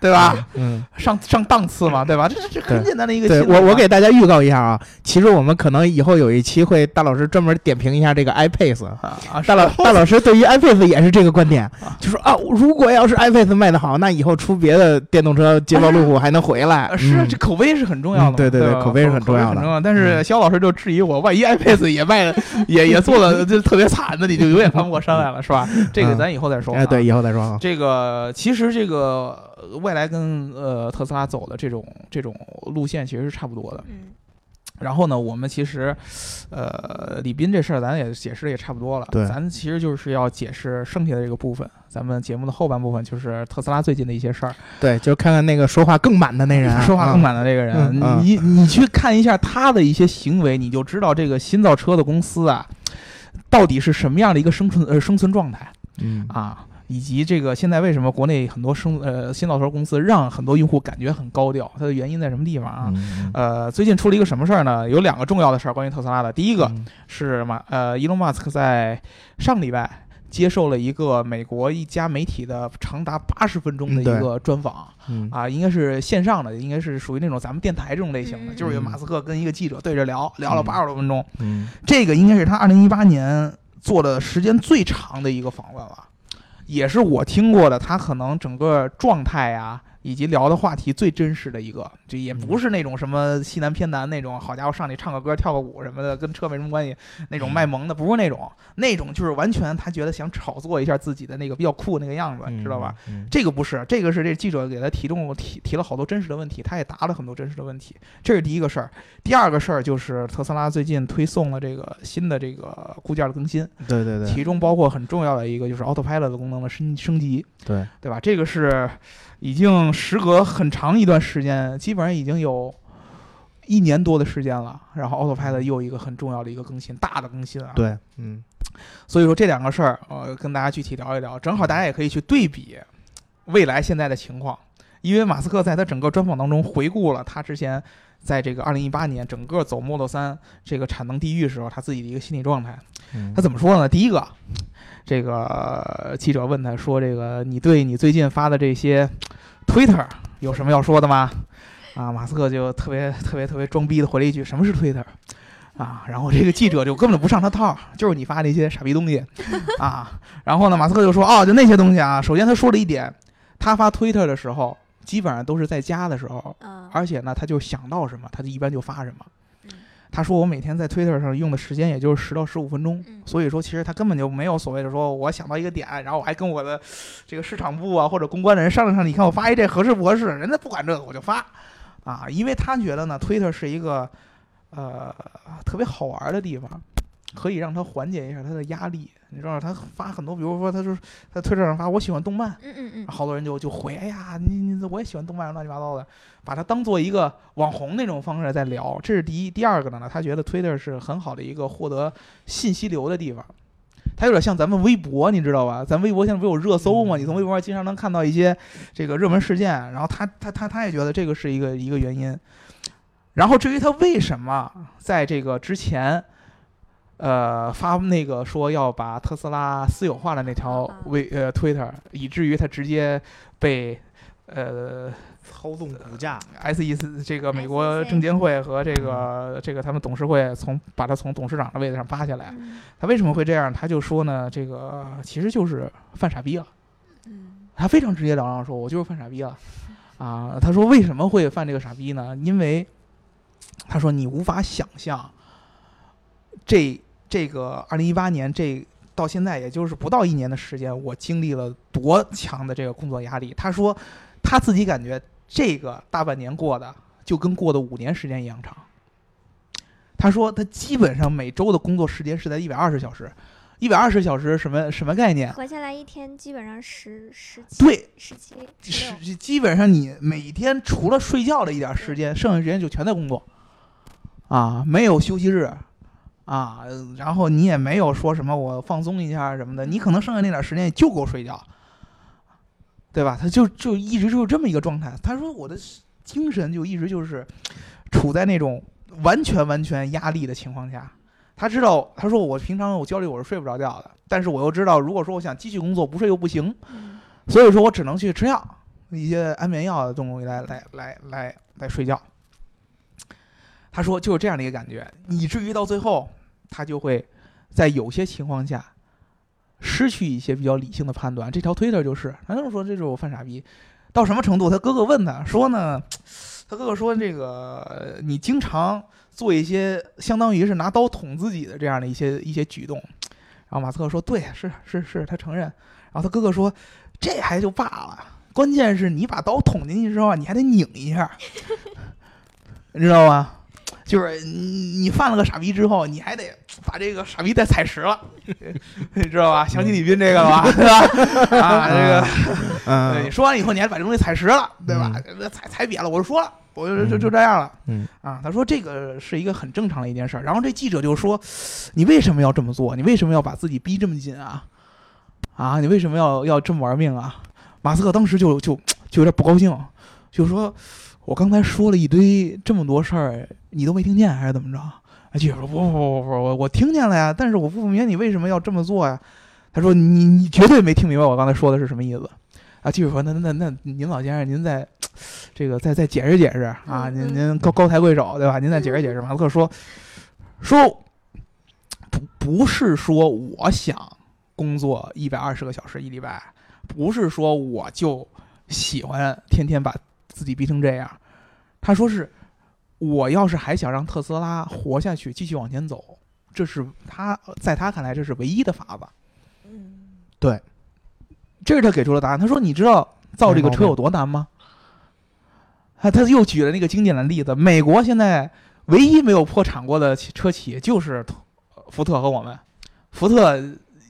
S3: 对吧？
S2: 嗯，
S3: 上上档次嘛，对吧？这这这很
S2: 对
S3: 简单的一个心
S2: 对
S3: 理嘛。
S2: 我我给大家预告一下啊，其实我们可能以后有一期会大老师专门点评一下这个 iPace。
S3: 啊
S2: [laughs]
S3: 啊，
S2: 大老
S3: [laughs] 是
S2: 大老师对于 iPace 也是这个观点，就说啊，如果要是 iPace 卖得好，那以后出别的电动车捷豹路虎还能回来。
S3: 啊是啊
S2: 嗯
S3: 这口碑是很重要的
S2: 嗯
S3: 嘛，
S2: 对对
S3: 对
S2: 对
S3: 吧
S2: 口碑是很重要的嗯
S3: 口碑很重要。但是肖老师就质疑我，万一 iPad 也卖了，也也做的就特别惨的，你就永远翻不过山来了，是吧？这个
S2: 嗯
S3: 咱以后再说。
S2: 哎，对，，以后再说啊。
S3: 这个呃其实这个呃未来跟呃特斯拉走的这种这种路线其实是差不多的。
S1: 嗯
S3: 然后呢，我们其实，呃，李斌这事儿咱也解释的也差不多了。
S2: 对
S3: 咱其实就是要解释剩下的这个部分。咱们节目的后半部分就是特斯拉最近的一些事儿，
S2: 对，就是看看那个说话更满的那人啊，
S3: 说话更
S2: 啊。
S3: 满的这个人，
S2: 嗯嗯
S3: 你你去看一下他的一些行为，你就知道这个新造车的公司啊，到底是什么样的一个生存呃生存状态
S2: 嗯
S3: 啊。以及这个现在为什么国内很多生呃新造车公司让很多用户感觉很高调，它的原因在什么地方啊？
S2: 嗯
S3: 呃，最近出了一个什么事儿呢？有两个重要的事儿关于特斯拉的。第一个
S2: 嗯
S3: 是马呃，伊隆马斯克在上礼拜接受了一个美国一家媒体的长达八十分钟
S2: 嗯
S3: 的一
S2: 对
S3: 个专访。
S2: 嗯
S3: 啊，应该是线上的，应该是属于那种咱们电台这种类型的，
S1: 嗯
S3: 就是有马斯克跟一个记者对着聊，聊了
S2: 嗯
S3: 八十多分钟。
S2: 嗯
S3: 这个应该是他二零一八年做的时间最长的一个访问了，也是我听过的，他可能整个状态啊。以及聊的话题最真实的一个，就也不是那种什么西南偏南那种，好家伙上去唱个歌跳个舞什么的，跟车没什么关系，那种卖萌的不是那种，那种就是完全他觉得想炒作一下自己的那个比较酷那个样子，你知道吧？？
S2: 嗯
S3: 这个不是，这个是这记者给他提中提提了好多真实的问题，他也答了很多真实的问题，这是第一个事儿。第二个事儿就是特斯拉最近推送了这个新的这个固件的更新，
S2: 嗯对对对
S3: 其中包括很重要的一个就是 Autopilot 的功能的升升级，
S2: 对，
S3: 对吧？这个是已经时隔很长一段时间，基本上已经有一年多的时间了，然后 Autopilot 又一个很重要的一个更新，大的更新啊，
S2: 对，嗯
S3: 所以说这两个事儿，呃，跟大家具体聊一聊，正好大家也可以去对比未来现在的情况，因为马斯克在他整个专访当中回顾了他之前在这个2018年整个走 Model 3这个产能地狱时候他自己的一个心理状态。
S2: 嗯
S3: 他怎么说呢？第一个，这个呃记者问他说：“这个你对你最近发的这些 Twitter 有什么要说的吗？”啊，马斯克就特别特别特别装逼的回了一句：“什么是 Twitter？” 啊，然后这个记者就根本不上他套，就是你发那些傻逼东西啊。然后呢，马斯克就说：“哦，就那些东西啊。”首先他说了一点，他发 Twitter 的时候，基本上都是在家的时候，
S1: 啊
S3: 而且呢，他就想到什么，他就一般就发什么
S1: 嗯。
S3: 他说我每天在 Twitter 上用的时间也就是十到十五分钟，
S1: 嗯
S3: 所以说其实他根本就没有所谓的说我想到一个点，然后我还跟我的这个市场部啊或者公关的人商量商量，你看我发一这合适不合适？人家不管这个我就发啊，因为他觉得呢，Twitter 是一个呃特别好玩的地方。可以让他缓解一下他的压力，你知道他发很多，比如说他就是在推特上发我喜欢动漫，
S1: 嗯嗯嗯，
S3: 好多人就就回，哎呀，你你我也喜欢动漫，乱七八糟的，把它当做一个网红那种方式在聊，这是第一。第二个呢，他觉得 Twitter 是很好的一个获得信息流的地方，它有点像咱们微博，你知道吧？咱微博现在不有热搜吗？你从微博上经常能看到一些这个热门事件，然后他他他他也觉得这个是一个一个原因。然后至于他为什么在这个之前。呃，发那个说要把特斯拉私有化的那条
S1: 啊
S3: 微呃 Twitter，以至于他直接被呃
S2: 操纵股价，
S3: SEC 这个美
S1: E
S3: 国证监会和这个这个他们董事会从把他从董事长的位置上扒下来，
S1: 嗯
S3: 他为什么会这样？他就说呢，这个其实就是犯傻逼了。
S1: 嗯
S3: 他非常直截了当地说，我就是犯傻逼了。啊，他说为什么会犯这个傻逼呢？因为他说你无法想象这这个二零一八年这到现在也就是不到一年的时间，我经历了多强的这个工作压力。他说他自己感觉这个大半年过的就跟过的五年时间一样长。他说他基本上每周的工作时间是在一百二十小时，一百二十小时什么什么概念？啊
S1: 合下来一天基本上十十七，
S3: 对，
S1: 十七十六，
S3: 是基本上你每天除了睡觉的一点时间，剩下时间就全在工作，啊，没有休息日，啊，呃然后你也没有说什么我放松一下什么的，你可能剩下那点时间也就够睡觉，对吧？他就就一直就是这么一个状态。他说我的精神就一直就是处在那种完全完全压力的情况下。他知道，他说我平常我焦虑我是睡不着觉的，但是我又知道，如果说我想继续工作不睡又不行，
S1: 嗯
S3: 所以说我只能去吃药，一些安眠药的东西来来来来来睡觉。他说就是这样的一个感觉，以至于到最后，他就会在有些情况下失去一些比较理性的判断。这条推特就是，难道说这就是我犯傻逼？到什么程度？他哥哥问他说呢，他哥哥说这个呃你经常做一些相当于是拿刀捅自己的这样的一些一些举动。然后马斯克说对，是是是，他承认。然后他哥哥说这还就罢了，关键是你把刀捅进去之后啊，你还得拧一下，你知道吗？就是你你犯了个傻逼之后，你还得把这个傻逼再踩实了， [laughs] 你知道吧？想起李斌这个了吧？ [laughs] 对吧？啊，这个对，你
S2: 嗯
S3: 说完以后，你还把这东西踩实了，对吧？踩踩瘪了，我就说了，我就就就这样了。
S2: 嗯
S3: 啊，他说这个是一个很正常的一件事儿。然后这记者就说：“你为什么要这么做？你为什么要把自己逼这么紧啊？啊，你为什么要要这么玩命啊？”马斯克当时就就就有点不高兴，就说：“我刚才说了一堆这么多事儿，你都没听见还是怎么着？”啊，记者说：“不不不不不，我我听见了呀，但是我不明白你为什么要这么做呀。”他说：“你你绝对没听明白我刚才说的是什么意思。”啊，记者说：“那那那，您老先生，您再这个再再解释解释啊，
S1: 嗯
S3: 您
S1: 嗯
S3: 您高高抬贵手对吧？您再解释解释。”马斯克说：“说不不是说我想工作一百二十个小时一礼拜，不是说我就喜欢天天把自己逼成这样。”他说是。我要是还想让特斯拉活下去，继续往前走，这是他在他看来这是唯一的法子。
S1: 嗯，
S3: 这是他给出的答案。他说：“你知道造这个车有多难吗？”啊，他又举了那个经典的例子，美国现在唯一没有破产过的企车企就是福特和我们。福特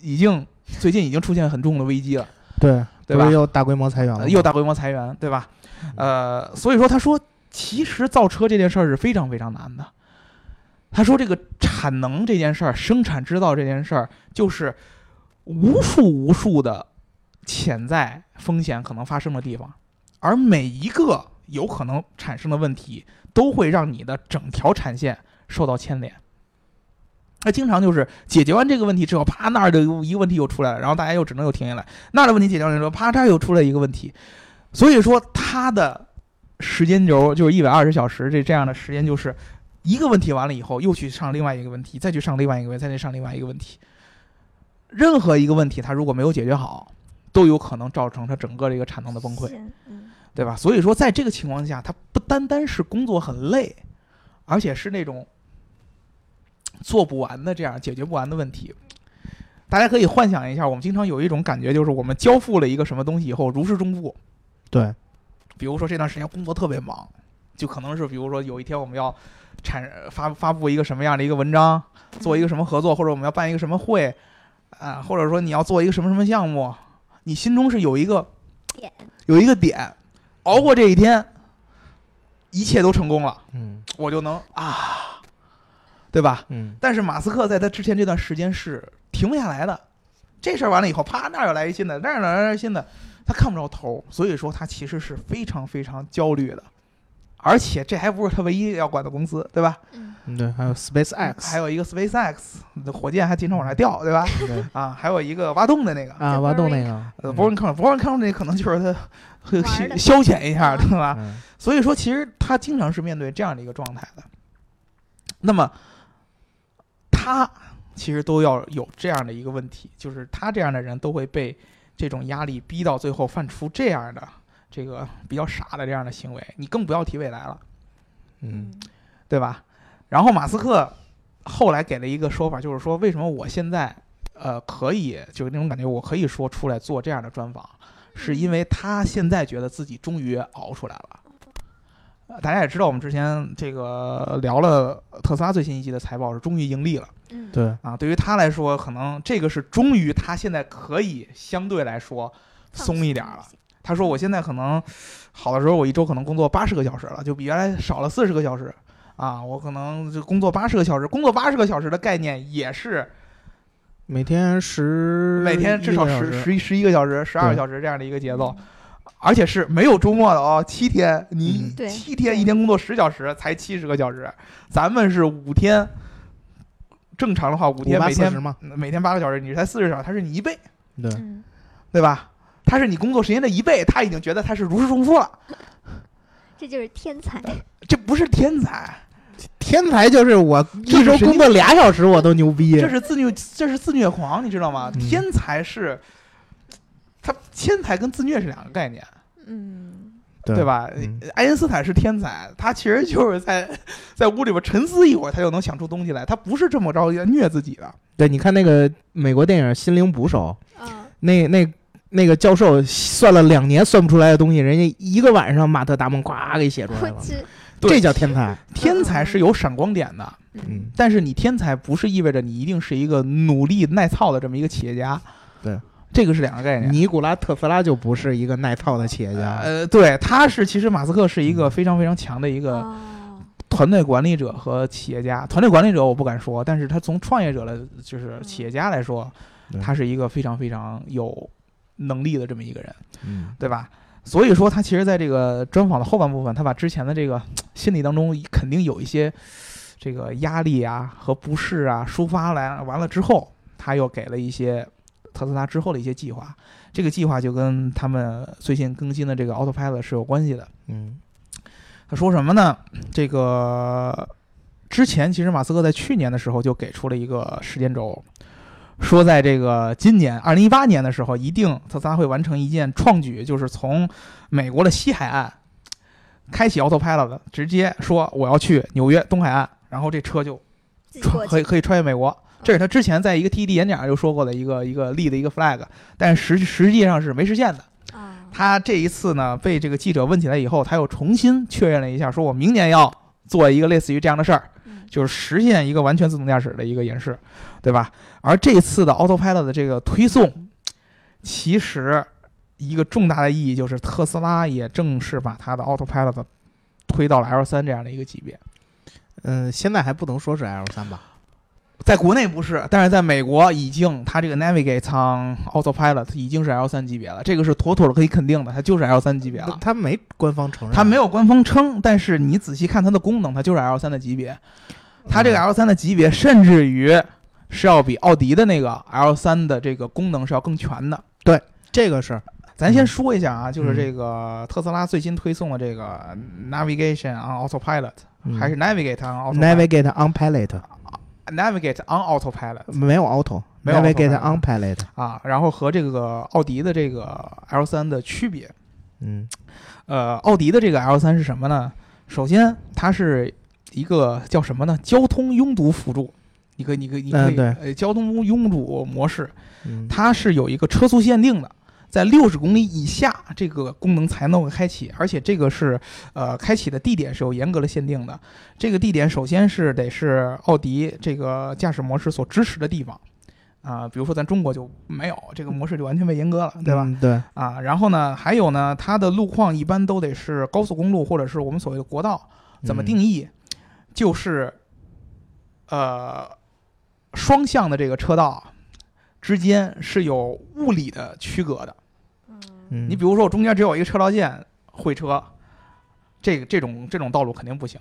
S3: 已经最近已经出现很重的危机了，
S2: 对，
S3: 对
S2: 不
S3: 吧
S2: 是？又大规模裁员了，
S3: 呃又大规模裁员，对吧？呃，所以说他说，其实造车这件事儿是非常非常难的。他说这个产能这件事儿，生产制造这件事儿，就是无数无数的潜在风险可能发生的地方，而每一个有可能产生的问题，都会让你的整条产线受到牵连。他经常就是解决完这个问题之后，啪那儿的一个问题又出来了，然后大家又只能又停下来，那儿的问题解决完之后，啪这儿又出来一个问题，所以说它的时间轴就是一百二十小时这这样的时间，就是一个问题完了以后，又去上另外一个问题，再去上另外一个问题，再去上另外一个问题。任何一个问题，它如果没有解决好，都有可能造成它整个这个产能的崩溃。
S1: 行，嗯，
S3: 对吧？所以说，在这个情况下，他不单单是工作很累，而且是那种做不完的这样解决不完的问题。大家可以幻想一下，我们经常有一种感觉，就是我们交付了一个什么东西以后如释重负。
S2: 对，
S3: 比如说这段时间工作特别忙，就可能是比如说有一天我们要产发发布一个什么样的一个文章，做一个什么合作，或者我们要办一个什么会，啊、或者说你要做一个什么什么项目，你心中是有一个
S1: 点
S3: 有一个点，熬过这一天，一切都成功了，
S2: 嗯
S3: 我就能啊，对吧？
S2: 嗯
S3: 但是马斯克在他之前这段时间是停不下来的，这事儿完了以后，啪那儿又来一新的，那儿又来一新的，他看不着头，所以说他其实是非常非常焦虑的，而且这还不是他唯一要管的公司，对吧？
S1: 嗯
S2: 嗯，对，还有 SpaceX，
S3: 还有一个 SpaceX 火箭还经常往那掉，对吧？ [laughs]
S2: 对
S3: 啊，还有一个挖洞的那
S1: 嗯
S3: 个，
S2: 啊，挖洞那个，嗯
S3: 呃，博文康，博文康那可能就是他会
S1: 玩儿的
S3: 消遣一下，对吧？
S2: 嗯
S3: 所以说，其实他经常是面对这样的一个状态的。那么，他其实都要有这样的一个问题，就是他这样的人都会被这种压力逼到最后犯出这样的这个比较傻的这样的行为。你更不要提未来了，
S2: 嗯，
S3: 对吧？然后马斯克后来给了一个说法，就是说为什么我现在呃可以就是那种感觉，我可以说出来做这嗯样的专访，是因为他现在觉得自己终于熬出来了。呃大家也知道，我们之前这个聊了特斯拉最新一季的财报是终于盈利了
S1: 嗯，
S2: 对，
S3: 啊。对于他来说，可能这个是终于他现在可以相对来说松一点儿了。他说我现在可能好的时候，我一周可能工作八十个小时了，就比原来少了四十个小时啊。我可能就工作八十个小时，工作八十个小时的概念也是
S2: 每天十，
S3: 每天至少
S2: 一个小
S3: 十
S2: 时
S3: 十一十一个小时、十二个
S2: 对
S3: 小时这样的一个节奏，而且是没有周末的哦，七天你
S2: 嗯
S1: 对
S3: 七天一天工作十小时才七十个小时，咱们是五天。正常的话，五天
S2: 五八
S3: 每天嗯
S2: 四十嘛
S3: 每天八个小时，你才四十小时，它是你一倍，
S2: 对，
S1: 嗯，
S3: 对吧？它是你工作时间的一倍，他已经觉得他是如释重负了，
S1: 这就是天
S3: [laughs]
S1: 才，
S3: 这不是天才，
S2: 天才就是我一周工作俩小时我都牛逼，
S3: 这是自虐，这是自虐狂，你知道吗？
S2: 嗯
S3: 天才是，他天才跟自虐是两个概念，
S1: 嗯，
S2: 对
S3: 对？吧？呃
S2: 嗯
S3: 爱因斯坦是天才，他其实就是在在屋里边沉思一会儿，他就能想出东西来，他不是这么着虐自己的。
S2: 对，你看那个美国电影《心灵捕手》，
S1: 啊，
S2: 那那那个教授算了两年算不出来的东西，人家一个晚上马特达蒙咵给写出来
S1: 我
S2: 了，
S1: 去，
S3: 对
S2: 这叫天才。
S3: 天才是有闪光点的，
S2: 嗯，
S3: 但是你天才不是意味着你一定是一个努力耐操的这么一个企业家，
S2: 对，
S3: 这个是两个概念。
S2: 尼古拉特斯拉就不是一个耐操的企业家，
S3: 呃，对，他是其实马斯克是一
S2: 嗯
S3: 个非常非常强的一个
S1: 哦，
S3: 团队管理者和企业家，团队管理者我不敢说，但是他从创业者的就是
S1: 嗯
S3: 企业家来说，
S2: 对
S3: 他是一个非常非常有能力的这么一个人，
S2: 嗯，
S3: 对吧？所以说，他其实在这个专访的后半部分，他把之前的这个心理当中肯定有一些这个压力啊和不适啊抒发来完了之后，他又给了一些特斯拉之后的一些计划，这个计划就跟他们最近更新的这个 Autopilot 是有关系的。
S2: 嗯，
S3: 他说什么呢？ [clears throat] 这个之前其实马斯克在去年的时候就给出了一个时间轴，说在这个今年二零一八年的时候，一定特斯拉会完成一件创举，就是从美国的西海岸开启 Autopilot，直接说我要去纽约东海岸，然后这车就
S1: 自己
S3: 穿
S1: 过
S3: 可以
S1: 去，嗯
S3: 可以穿越美国。这是他之前在一个 TED 演讲上就说过的一个一个立的一个 flag，但实实际上是没实现的。
S1: 啊，
S3: 他这一次呢，被这个记者问起来以后，他又重新确认了一下，说我明年要做一个类似于这样的事儿，
S1: 嗯
S3: 就是实现一个完全自动驾驶的一个演示，对吧？而这次的 Autopilot 的这个推送，其实一个重大的意义就是特斯拉也正式把它的 Autopilot 推到了 L 三这样的一个级别。
S2: 嗯，现在还不能说是 L 三吧？
S3: 在国内不是，但是在美国已经，它这个 Navigate 舱 Autopilot 已经是 L 三级别了，这个是妥妥的可以肯定的，它就是 L 三级别了。
S2: 他没官方承认，
S3: 它没有官方称，但是你仔细看它的功能，它就是 L 三的级别。它
S2: 嗯
S3: 这个 L 三的级别，甚至于是要比奥迪的那个 L 三的这个功能是要更全的。
S2: 这个是
S3: 咱先
S2: 嗯
S3: 说一下啊，就是这个特斯拉最新推送的这个 Navigation on Autopilot，、还是 Navigate on Autopilot
S2: 嗯 Navigate on Pilot，
S3: Navigate on Autopilot
S2: 没有 Auto。
S3: 没有
S2: Navigate
S3: Autopilot
S2: on Pilot，
S3: 啊，然后和这个奥迪的这个 L 三的区别。
S2: 嗯，
S3: 呃，奥迪的这个 L 三是什么呢？首先，它是一个叫什么呢？交通拥堵辅助，你可以，你可以，你可以，
S2: 嗯对
S3: 呃，交通拥堵模式，
S2: 嗯
S3: 它是有一个车速限定的，在六十公里以下，这个功能才能够开启，而且这个是呃，开启的地点是有严格的限定的。这个地点首先是得是奥迪这个驾驶模式所支持的地方。啊、比如说咱中国就没有这个模式，就完全被阉割了，对吧？
S2: 嗯对，
S3: 啊，然后呢，还有呢，它的路况一般都得是高速公路或者是我们所谓的国道，怎么
S2: 嗯
S3: 定义？就是，呃，双向的这个车道之间是有物理的区隔的。 [laughs]
S1: 嗯
S2: 嗯
S3: 你比如说，我中间只有一个车道线会车，这个这种这种道路肯定不行，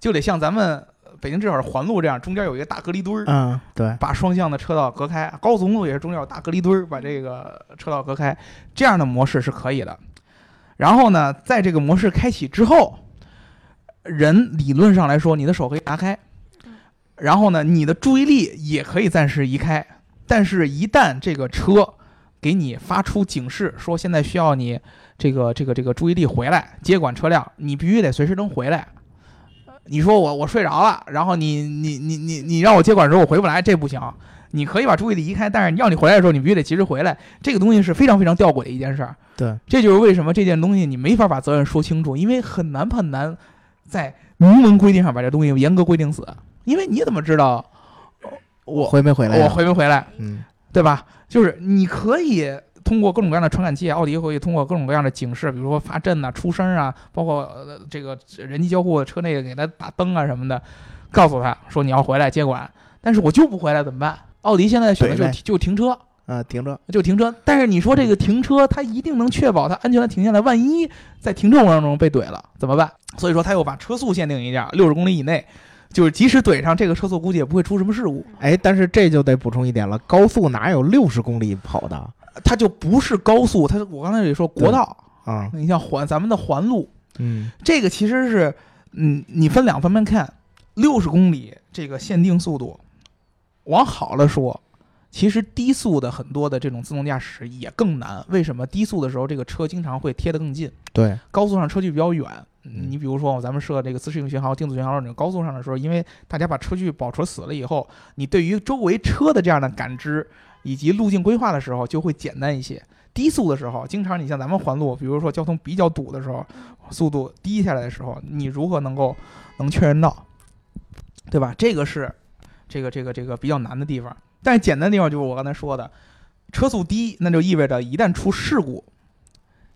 S3: 就得像咱们北京这会儿环路这样，中间有一个大隔离墩儿，
S2: 嗯，对，
S3: 把双向的车道隔开，高速公路也是中间有大隔离墩儿，把这个车道隔开，这样的模式是可以的。然后呢，在这个模式开启之后，人理论上来说，你的手可以拿开
S1: 嗯，
S3: 然后呢，你的注意力也可以暂时移开，但是一旦这个车给你发出警示，说现在需要你这个这个这个注意力回来接管车辆，你必须得随时能回来。你说我我睡着了，然后你你你你你让我接管的时候我回不来，这不行。你可以把注意力移开，但是你要你回来的时候，你必须得及时回来。这个东西是非常非常吊诡的一件事儿。
S2: 对，
S3: 这就是为什么这件东西你没法把责任说清楚，因为很难很难在明文规定上把这东西严格规定死，因为你怎么知道呃我
S2: 回没回来呀？
S3: 我回没回来，
S2: 嗯
S3: 对吧？就是你可以通过各种各样的传感器，奥迪会通过各种各样的警示，比如说发震呐、出声啊，包括呃这个人机交互车内给他打灯啊什么的，告诉他说你要回来接管，但是我就不回来怎么办？奥迪现在选
S2: 对
S3: 择就就停车，
S2: 啊，停车，
S3: 就停车。但是你说这个停车，它一定能确保它安全的停下来，万一在停车过程中被怼了怎么办？所以说他又把车速限定一下，六十公里以内，就是即使怼上这个车速，估计也不会出什么事故。
S2: 哎，但是这就得补充一点了，高速哪有六十公里跑的
S3: 它就不是高速，它是我刚才也说国道，
S2: 啊？
S3: 你像环咱们的环路，
S2: 嗯，
S3: 这个其实是，嗯，你分两方面看，六十公里这个限定速度，往好了说，其实低速的很多的这种自动驾驶也更难。为什么低速的时候这个车经常会贴得更近，
S2: 对，
S3: 高速上车距比较远？
S2: 嗯
S3: 你比如说，咱们设这个自适应巡航、定速巡航这种高速上的时候，因为大家把车距保持死了以后，你对于周围车的这样的感知以及路径规划的时候就会简单一些。低速的时候，经常你像咱们环路，比如说交通比较堵的时候，速度低下来的时候，你如何能够能确认到，对吧？这个是这个这个这个比较难的地方。但是简单的地方就是我刚才说的，车速低，那就意味着一旦出事故，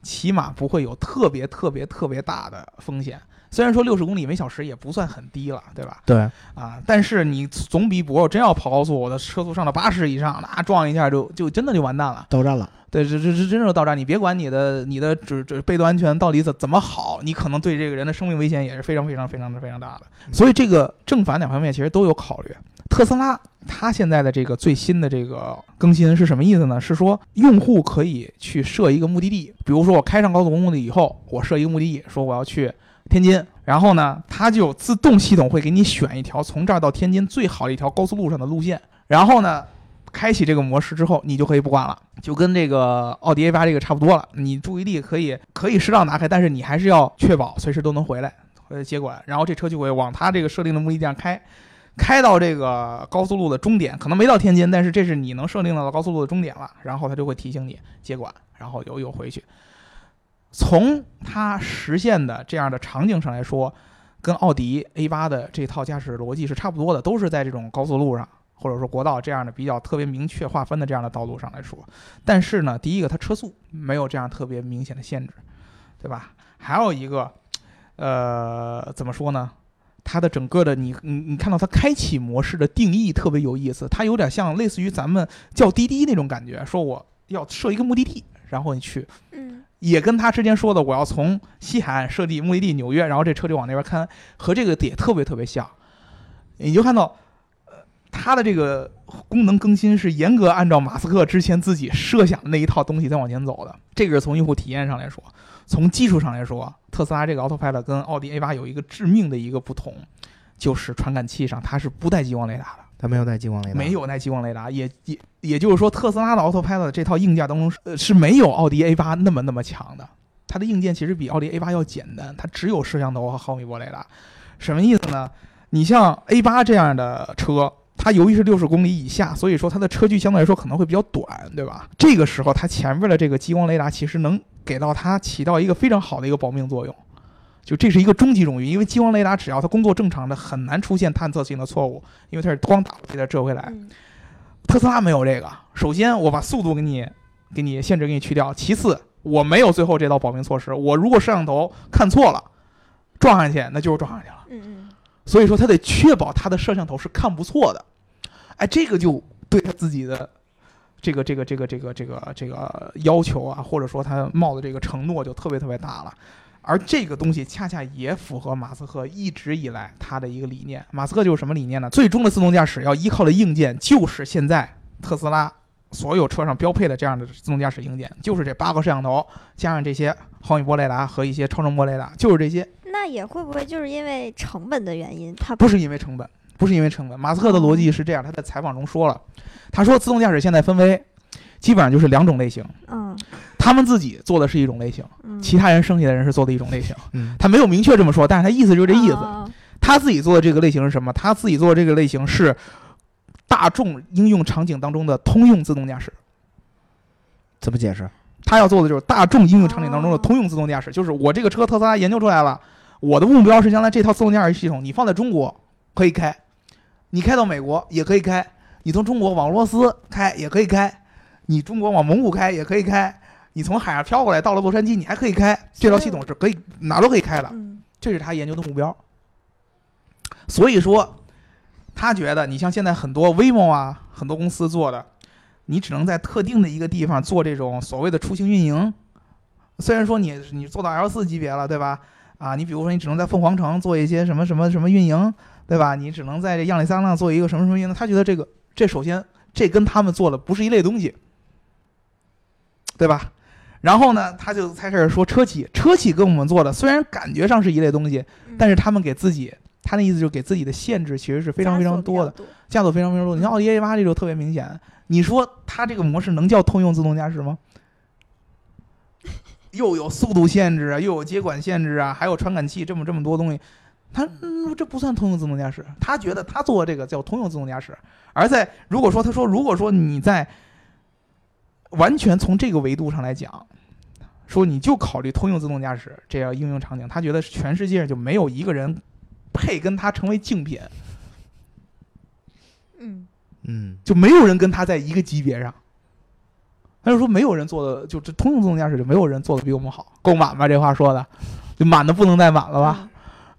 S3: 起码不会有特别特别特别大的风险。虽然说六十公里每小时也不算很低了，对吧？
S2: 对，
S3: 啊，但是你总比不我真要跑高速，我的车速上到八十以上，那撞一下就就真的就完蛋了。
S2: 到站了，
S3: 对，这这这真是到站，你别管你的你的这这被动安全到底怎怎么好，你可能对这个人的生命危险也是非常非常非常的非常大的。嗯所以这个正反两方面其实都有考虑。特斯拉它现在的这个最新的这个更新是什么意思呢？是说用户可以去设一个目的地，比如说我开上高速公路以后，我设一个目的地，说我要去天津，然后呢，它就自动系统会给你选一条从这儿到天津最好的一条高速路上的路线，然后呢，开启这个模式之后，你就可以不管了，就跟这个奥迪 A 八这个差不多了。你注意力可以可以适当拿开，但是你还是要确保随时都能回来，呃，接管，然后这车就会往它这个设定的目的地上开。开到这个高速路的终点，可能没到天津，但是这是你能设定到的高速路的终点了。然后它就会提醒你接管，然后又又回去。从它实现的这样的场景上来说，跟奥迪 A 八的这套驾驶逻辑是差不多的，都是在这种高速路上或者说国道这样的比较特别明确划分的这样的道路上来说。但是呢，第一个它车速没有这样特别明显的限制，对吧？还有一个，呃，怎么说呢？它的整个的你你你看到它开启模式的定义特别有意思，它有点像类似于咱们叫滴滴那种感觉，说我要设一个目的地，然后你去，
S1: 嗯，
S3: 也跟他之前说的，我要从西海岸设计目的地纽约，然后这车就往那边开，和这个也特别特别像。你就看到，呃，它的这个功能更新是严格按照马斯克之前自己设想的那一套东西在往前走的。这个是从用户体验上来说，从技术上来说，特斯拉这个 Autopilot 跟奥迪 A 八有一个致命的一个不同，就是传感器上它是不带激光雷达的。
S2: 他没有带激光雷达，
S3: 没，有带激光雷达，也也也就是说，特斯拉的 Autopilot 这套硬件当中是、呃、是没有奥迪 A 八那么那么强的。它的硬件其实比奥迪 A 八要简单，它只有摄像头和毫米波雷达。什么意思呢？你像 A 八这样的车，它由于是六十公里以下，所以说它的车距相对来说可能会比较短，对吧？这个时候，它前面的这个激光雷达其实能给到它起到一个非常好的一个保命作用。就这是一个终极冗余，因为激光雷达只要它工作正常的，很难出现探测性的错误，因为它是光打回来折回来。
S1: 嗯
S3: 特斯拉没有这个。首先，我把速度给你给你限制给你去掉；其次，我没有最后这道保命措施。我如果摄像头看错了，撞上去，那就是撞上去了。
S1: 嗯
S3: 所以说，他得确保他的摄像头是看不错的。哎，这个就对他自己的这个这个这个这个这个这个要求啊，或者说他冒的这个承诺就特别特别大了。而这个东西恰恰也符合马斯克一直以来他的一个理念。马斯克就是什么理念呢？最终的自动驾驶要依靠的硬件就是现在特斯拉所有车上标配的这样的自动驾驶硬件，就是这八个摄像头加上这些毫米波雷达和一些超声波雷达，就是这些。
S1: 嗯，那也会不会就是因为成本的原因，它
S3: 不是因为成本，不是因为成本。马斯克的逻辑是这样，他在采访中说了，他说自动驾驶现在分为基本上就是两种类型，
S1: 嗯
S3: 他们自己做的是一种类型，
S1: 嗯，
S3: 其他人剩下的人是做的一种类型。
S2: 嗯，
S3: 他没有明确这么说，但是他意思就是这意思。
S1: 哦
S3: 他自己做的这个类型是什么？他自己做的这个类型是大众应用场景当中的通用自动驾驶。
S2: 怎么解释？
S3: 他要做的就是大众应用场景当中的通用自动驾驶，就是我这个车特斯拉研究出来了，我的目标是将来这套自动驾驶系统你放在中国可以开，你开到美国也可以开，你从中国往俄罗斯开也可以开，你中国往蒙古开也可以开，你从海上飘过来到了洛杉矶你还可以开，这套系统是可以哪都可以开的。
S1: 嗯，
S3: 这是他研究的目标。所以说，他觉得你像现在很多 WeMo 啊，很多公司做的，你只能在特定的一个地方做这种所谓的出行运营。虽然说你你做到 L 四级别了，对吧？啊，你比如说你只能在凤凰城做一些什么什么什么运营，对吧？你只能在这亚利桑那做一个什么什么运营。他觉得这个这首先这跟他们做的不是一类东西，对吧？然后呢，他就才开始说车企，车企跟我们做的虽然感觉上是一类东西，但是他们给自己，他那意思就是给自己的限制其实是非常非常多的，枷锁非常非常多。你像奥迪 A 八这就特别明显，你说它这个模式能叫通用自动驾驶吗？ [laughs] 又有速度限制啊，又有接管限制啊，还有传感器这么这么多东西，他、嗯这不算通用自动驾驶。他觉得他做的这个叫通用自动驾驶，而在如果说他说如果说你在完全从这个维度上来讲，说你就考虑通用自动驾驶这样应用场景，他觉得全世界上就没有一个人配跟他成为竞品，
S1: 嗯，
S2: 嗯，
S3: 就没有人跟他在一个级别上。他就说没有人做的，就这通用自动驾驶就没有人做的比我们好，够满吧？这话说的，就满的不能再满了吧？
S1: 嗯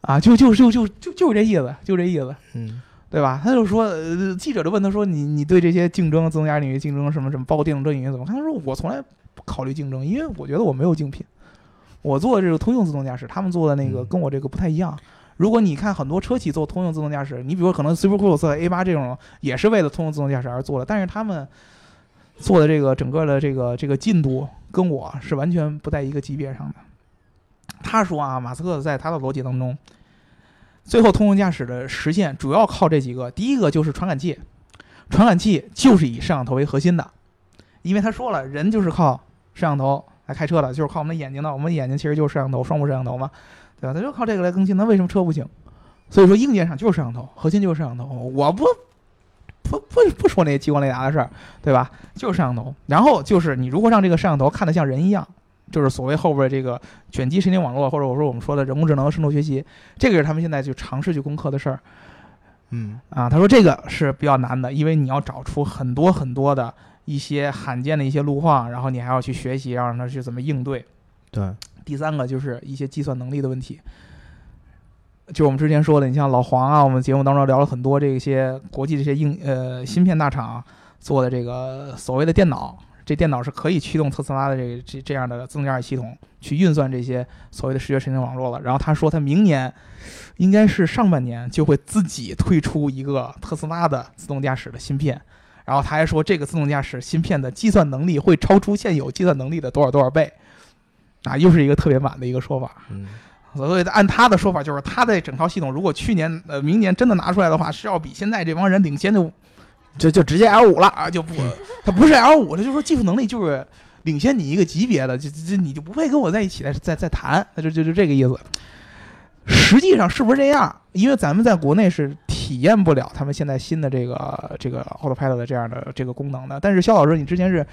S3: 啊，就就就就就就这意思，就这意思。
S2: 嗯，
S3: 对吧？他就说，呃，记者就问他说：“你你对这些竞争自动驾驶领域竞争什么什么，包括电动车领域怎么看？”他说：“我从来不考虑竞争，因为我觉得我没有竞品。我做的这个通用自动驾驶，他们做的那个
S2: 嗯
S3: 跟我这个不太一样。如果你看很多车企做通用自动驾驶，你比如可能 Super Cruise、A 八这种，也是为了通用自动驾驶而做的，但是他们做的这个整个的这个这个进度跟我是完全不在一个级别上的。”他说啊，马斯克在他的逻辑当中，最后通用驾驶的实现主要靠这几个，第一个就是传感器，传感器就是以摄像头为核心的，因为他说了，人就是靠摄像头来开车的，就是靠我们的眼睛的，我们的眼睛其实就是摄像头，双目摄像头嘛，对吧？他就靠这个来更新，那为什么车不行？所以说硬件上就是摄像头，核心就是摄像头，我不。不不不说那些激光雷达的事儿，对吧？就是摄像头，然后就是你如果让这个摄像头看得像人一样，就是所谓后边这个卷积神经网络，或者我说我们说的人工智能深度学习，这个是他们现在就尝试去攻克的事儿
S2: 嗯，
S3: 啊。他说这个是比较难的，因为你要找出很多很多的一些罕见的一些路况，然后你还要去学习，要让他去怎么应对。
S2: 对，
S3: 第三个就是一些计算能力的问题，就是我们之前说的，你像老黄啊，我们节目当中聊了很多这些国际这些硬呃芯片大厂做的这个所谓的电脑，这电脑是可以驱动特斯拉的这这这样的自动驾驶系统去运算这些所谓的视觉神经网络了。然后他说他明年应该是上半年就会自己推出一个特斯拉的自动驾驶的芯片。然后他还说，这个自动驾驶芯片的计算能力会超出现有计算能力的多少多少倍，啊，又是一个特别满的一个说法。
S2: 嗯，
S3: 所以按他的说法，就是他的整套系统，如果去年呃明年真的拿出来的话，是要比现在这帮人领先的
S2: 就就直接 L 五了，
S3: 啊，就
S2: 嗯
S3: 不，他不是 L 五，他就说技术能力就是领先你一个级别的，就就就你就不配跟我在一起再再再谈，那就就就这个意思。实际上是不是这样？因为咱们在国内是体验不了他们现在新的这个这个 Autopilot 的这样的这个功能的。但是肖老师，你之前是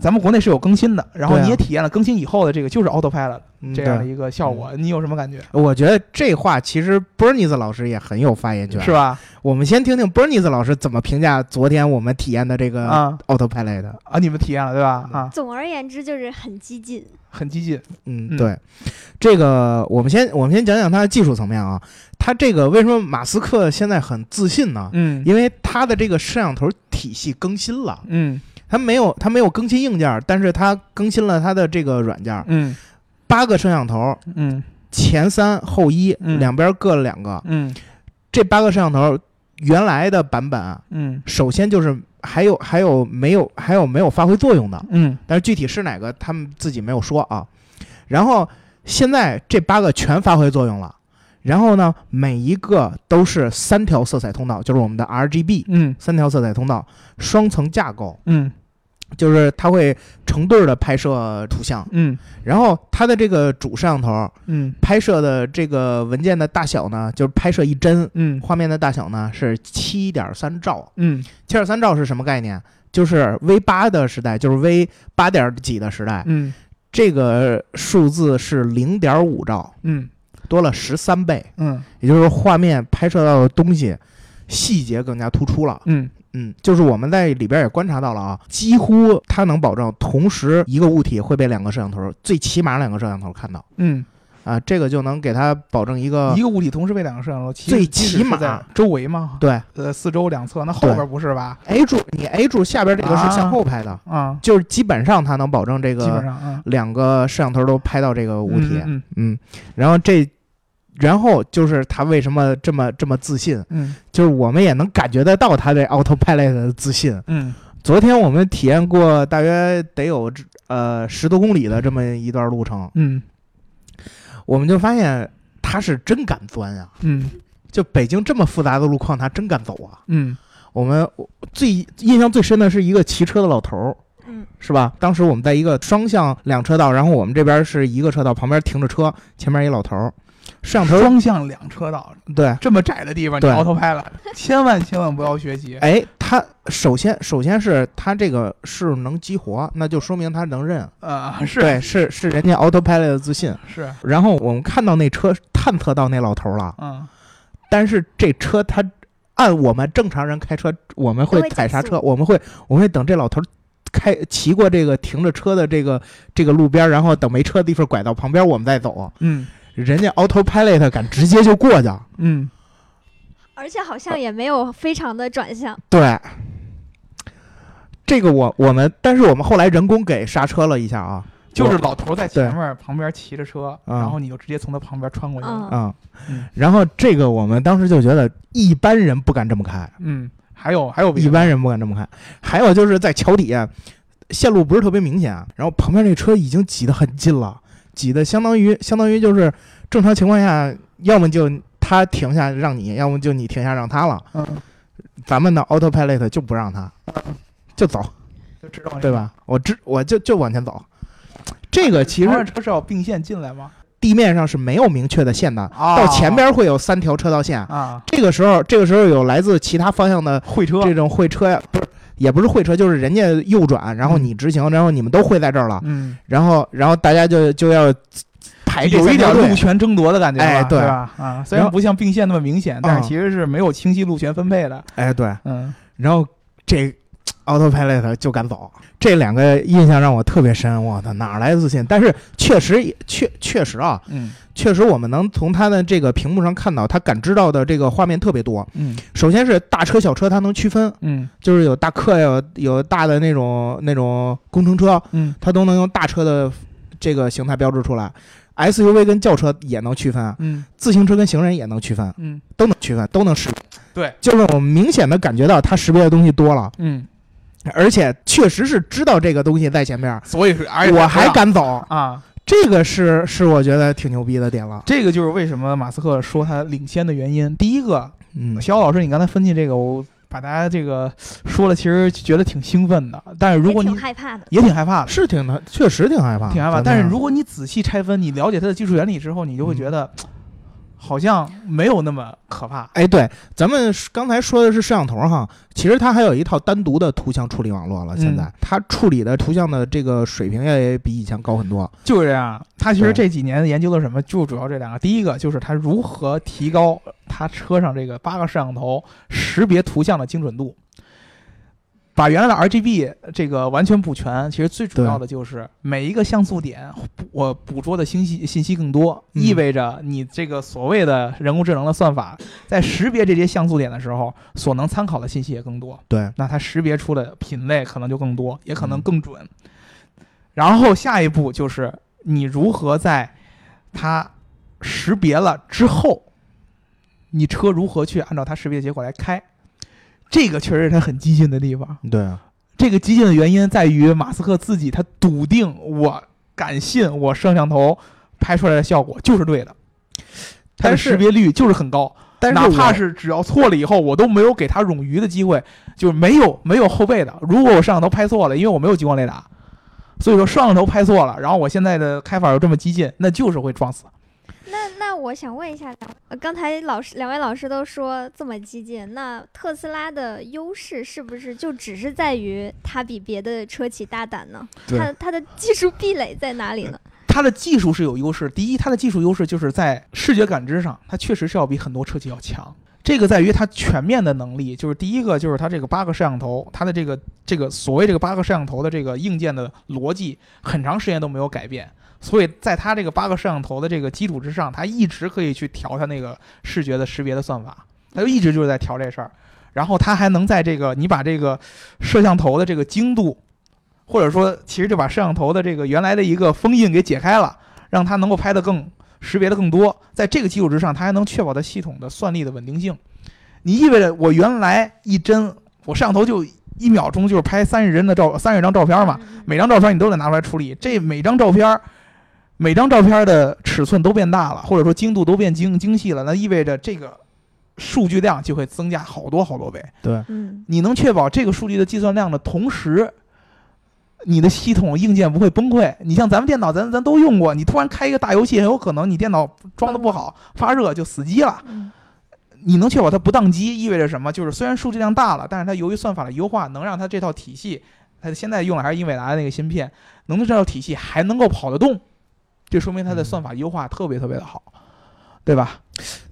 S3: 咱们国内是有更新的，然后
S2: 对啊
S3: 你也体验了更新以后的这个就是 Autopilot
S2: 嗯
S3: 这样的
S2: 对嗯
S3: 一个效果，你有什么感觉？
S2: 我觉得这话其实 Bernice 老师也很有发言权，
S3: 是？吧？
S2: 我们先听听 Bernice 老师怎么评价昨天我们体验的这个
S3: 啊
S2: Autopilot 的。
S3: 啊，你们体验了对吧？啊，
S1: 总而言之就是很激进，
S3: 很激进，
S2: 嗯，
S3: 嗯
S2: 对，这个我们先我们先讲讲它的技术层面啊，它这个为什么马斯克现在很自信呢？
S3: 嗯
S2: 因为它的这个摄像头体系更新了，
S3: 嗯
S2: 它没有它没有更新硬件，但是它更新了它的这个软件，
S3: 嗯
S2: 八个摄像头，
S3: 嗯
S2: 前三后一，
S3: 嗯
S2: 两边各两个。
S3: 嗯
S2: 这八个摄像头原来的版本啊，
S3: 嗯
S2: 首先就是还有还有没有还有没有发挥作用的，
S3: 嗯
S2: 但是具体是哪个他们自己没有说啊。然后现在这八个全发挥作用了，然后呢，每一个都是三条色彩通道，就是我们的 RGB
S3: 嗯
S2: 三条色彩通道，双层架构，
S3: 嗯
S2: 就是它会成对儿的拍摄图像，
S3: 嗯
S2: 然后它的这个主摄像头
S3: 嗯
S2: 拍摄的这个文件的大小呢，就是拍摄一帧
S3: 嗯
S2: 画面的大小呢是七点三兆。
S3: 嗯
S2: 七点三兆是什么概念？就是 V 八的时代，就是 V 八点几的时代，
S3: 嗯
S2: 这个数字是零点五兆，
S3: 嗯
S2: 多了十三倍。
S3: 嗯
S2: 也就是画面拍摄到的东西细节更加突出了。
S3: 嗯
S2: 嗯，就是我们在里边也观察到了啊，几乎它能保证同时一个物体会被两个摄像头，最起码两个摄像头看到
S3: 嗯，
S2: 啊，这个就能给它保证一个
S3: 一个物体同时被两个摄像头，其
S2: 呃最
S3: 即使
S2: 起
S3: 是
S2: 码
S3: 在周围嘛，
S2: 对
S3: 呃，四周两侧，那后边不是吧？
S2: A 柱，你 A 柱下边这个是向后拍的，
S3: 啊，
S2: 就是基本上它能保证这
S3: 基本
S2: 个
S3: 上啊，
S2: 两个摄像头都拍到这个物呃体。
S3: 嗯
S2: 嗯，然后这。然后就是他为什么这么这么自信，
S3: 嗯
S2: 就是我们也能感觉得到他对 autopilot 的自信。
S3: 嗯
S2: 昨天我们体验过大约得有这呃十多公里的这么一段路程，
S3: 嗯
S2: 我们就发现他是真敢钻啊！
S3: 嗯
S2: 就北京这么复杂的路况，他真敢走啊！
S3: 嗯
S2: 我们我最印象最深的是一个骑车的老头儿，
S1: 嗯，
S2: 是吧？当时我们在一个双向两车道，然后我们这边是一个车道，旁边停着车，前面一老头儿，摄像头儿
S3: 双向两车道，
S2: 对，
S3: 这么窄的地方，你
S2: 对
S3: 摇头拍了，千万千万不要学习。
S2: 哎，他首先首先是他这个是能激活，那就说明他能认，
S3: 呃，是
S2: 对，是是人家 autopilot 的自信。
S3: 是，
S2: 然后我们看到那车探测到那老头了，
S3: 嗯
S2: 但是这车他按我们正常人开车，我们会
S1: 都会
S2: 踩刹
S1: 减速
S2: 车，我们会我们会等这老头开骑过这个停着车的这个这个路边，然后等没车的地方拐到旁边，我们再走。
S3: 嗯
S2: 人家 autopilot 敢直接就过去，
S3: 嗯
S1: 而且好像也没有非常的转向，
S2: 对。这个我我们，但是我们后来人工给刹车了一下啊，
S3: 就是
S2: 我
S3: 老头在前面，旁边骑着车，
S2: 嗯
S3: 然后你就直接从他旁边穿过去了。
S1: 嗯
S2: 啊、
S3: 嗯
S2: 然后这个我们当时就觉得一般人不敢这么开，
S3: 嗯，还有还有别的
S2: 一般人不敢这么看。还有就是在桥底下，线路不是特别明显，啊然后旁边这车已经挤得很近了，挤得相当于相当于就是正常情况下，要么就他停下让你，要么就你停下让他了。
S3: 嗯，
S2: 咱们的 autopilot 就不让他，就走，
S3: 就知道你
S2: 对？吧？我知我就就往前走。这个其
S3: 其实
S2: 实
S3: 车是要并线进来吗？
S2: 地面上是没有明确的线的，
S3: 啊，
S2: 到前边会有三条车道线。
S3: 啊，
S2: 这个时候，这个时候有来自其他方向的
S3: 会车，
S2: 这种会车呀，不是也不是会车，就是人家右转，然后你直行，然后你们都会在这儿了，
S3: 嗯，
S2: 然后然后大家就就要排这
S3: 有一
S2: 三条
S3: 点
S2: 队
S3: 路权争夺的感觉吧，
S2: 哎
S3: 对
S2: 对
S3: 吧？啊，虽
S2: 然
S3: 然
S2: 后
S3: 不像并线那么明显，但
S2: 嗯
S3: 是其实是没有清晰路权分配的。
S2: 哎对，
S3: 嗯
S2: 然后这 autopilot 就敢走，这两个印象让我特别深，我操，哪来的自信？但是确实也确确实啊，
S3: 嗯
S2: 确实我们能从他的这个屏幕上看到，他感知到的这个画面特别多。
S3: 嗯
S2: 首先是大车小车，它能区分，
S3: 嗯
S2: 就是有大客呀，有有大的那种那种工程车，
S3: 嗯
S2: 它都能用大车的这个形态标志出来。SUV 跟轿车也能区分，
S3: 嗯
S2: 自行车跟行人也能区分，
S3: 嗯
S2: 都能区分，都能识别。
S3: 对，
S2: 就是我明显的感觉到它识别的东西多了，
S3: 嗯，
S2: 而且确实是知道这个东西在前面儿，
S3: 所以是，哎而且
S2: 我
S3: 知
S2: 还
S3: 道
S2: 敢走，
S3: 啊，
S2: 这个是是我觉得挺牛逼的点了。
S3: 这个就是为什么马斯克说他领先的原因。第一个，
S2: 嗯
S3: 肖老师，你刚才分析这个，我把大家这个说了，其实觉得挺兴奋的，但是如
S1: 也
S3: 果你
S1: 挺害怕的。
S3: 也挺害怕的，
S2: 是挺的，确实挺害怕，
S3: 挺害怕。
S2: 啊真的嗯
S3: 但是如果你仔细拆分，你了解它的技术原理之后，你就会觉得好像没有那么可怕。
S2: 哎，对，咱们刚才说的是摄像头哈，其实它还有一套单独的图像处理网络了。现在、
S3: 嗯
S2: 它处理的图像的这个水平也比以前高很多。
S3: 就是这样，他其实
S2: 对
S3: 这几年研究了什么，就主要这两个。第一个就是他如何提高他车上这个八个摄像头识别图像的精准度，把原来的 RGB 这个完全补全。其实最主要的就是每一个像素点，我捕捉的信息信息更多，
S2: 嗯
S3: 意味着你这个所谓的人工智能的算法在识别这些像素点的时候，所能参考的信息也更多。
S2: 对，
S3: 那它识别出的品类可能就更多，也可能
S2: 嗯
S3: 更准。然后下一步就是你如何在它识别了之后，你车如何去按照它识别结果来开。这个确实是它很激进的地方。
S2: 对啊，
S3: 这个激进的原因在于马斯克自己，他笃定我敢信我摄像头拍出来的效果就是对的，它的
S2: 但是
S3: 识别率就是很高。
S2: 但是
S3: 哪怕
S2: 我
S3: 是只要错了以后，我都没有给他冗余的机会，就是没有没有后背的。如果我摄像头拍错了，因为我没有激光雷达，所以说摄像头拍错了，然后我现在的开法又这么激进，那就是会撞死。
S1: 那那我想问一下两位，呃刚才老师两位老师都说这么激进，那特斯拉的优势是不是就只是在于它比别的车企大胆呢？
S2: 对
S1: 它它的技术壁垒在哪里呢？
S3: 它的技术是有优势，第一，它的技术优势就是在视觉感知上，它确实是要比很多车企要强。这个在于它全面的能力，就是第一个就是它这个八个摄像头，它的这个这个所谓这个八个摄像头的这个硬件的逻辑，很长时间都没有改变，所以在它这个八个摄像头的这个基础之上，它一直可以去调它那个视觉的识别的算法，它就一直就是在调这事儿。然后它还能在这个你把这个摄像头的这个精度，或者说其实就把摄像头的这个原来的一个封印给解开了，让它能够拍得更识别的更多。在这个基础之上，它还能确保它系统的算力的稳定性。你意味着我原来一帧，我摄像头就一秒钟就是拍三十帧的照三十张照片嘛，
S1: 嗯，
S3: 每张照片你都得拿出来处理，这每张照片。每张照片的尺寸都变大了，或者说精度都变精精细了，那意味着这个数据量就会增加好多好多倍。
S2: 对，
S1: 嗯，
S3: 你能确保这个数据的计算量的同时，你的系统硬件不会崩溃。你像咱们电脑，咱咱都用过，你突然开一个大游戏，很有可能你电脑装的不好，发热就死机了。
S1: 嗯
S3: 你能确保它不宕机，意味着什么？就是虽然数据量大了，但是它由于算法的优化，能让它这套体系，它现在用的还是英伟达的那个芯片，能让这套体系还能够跑得动，这说明它的
S2: 嗯
S3: 算法优化特别特别的好，对吧？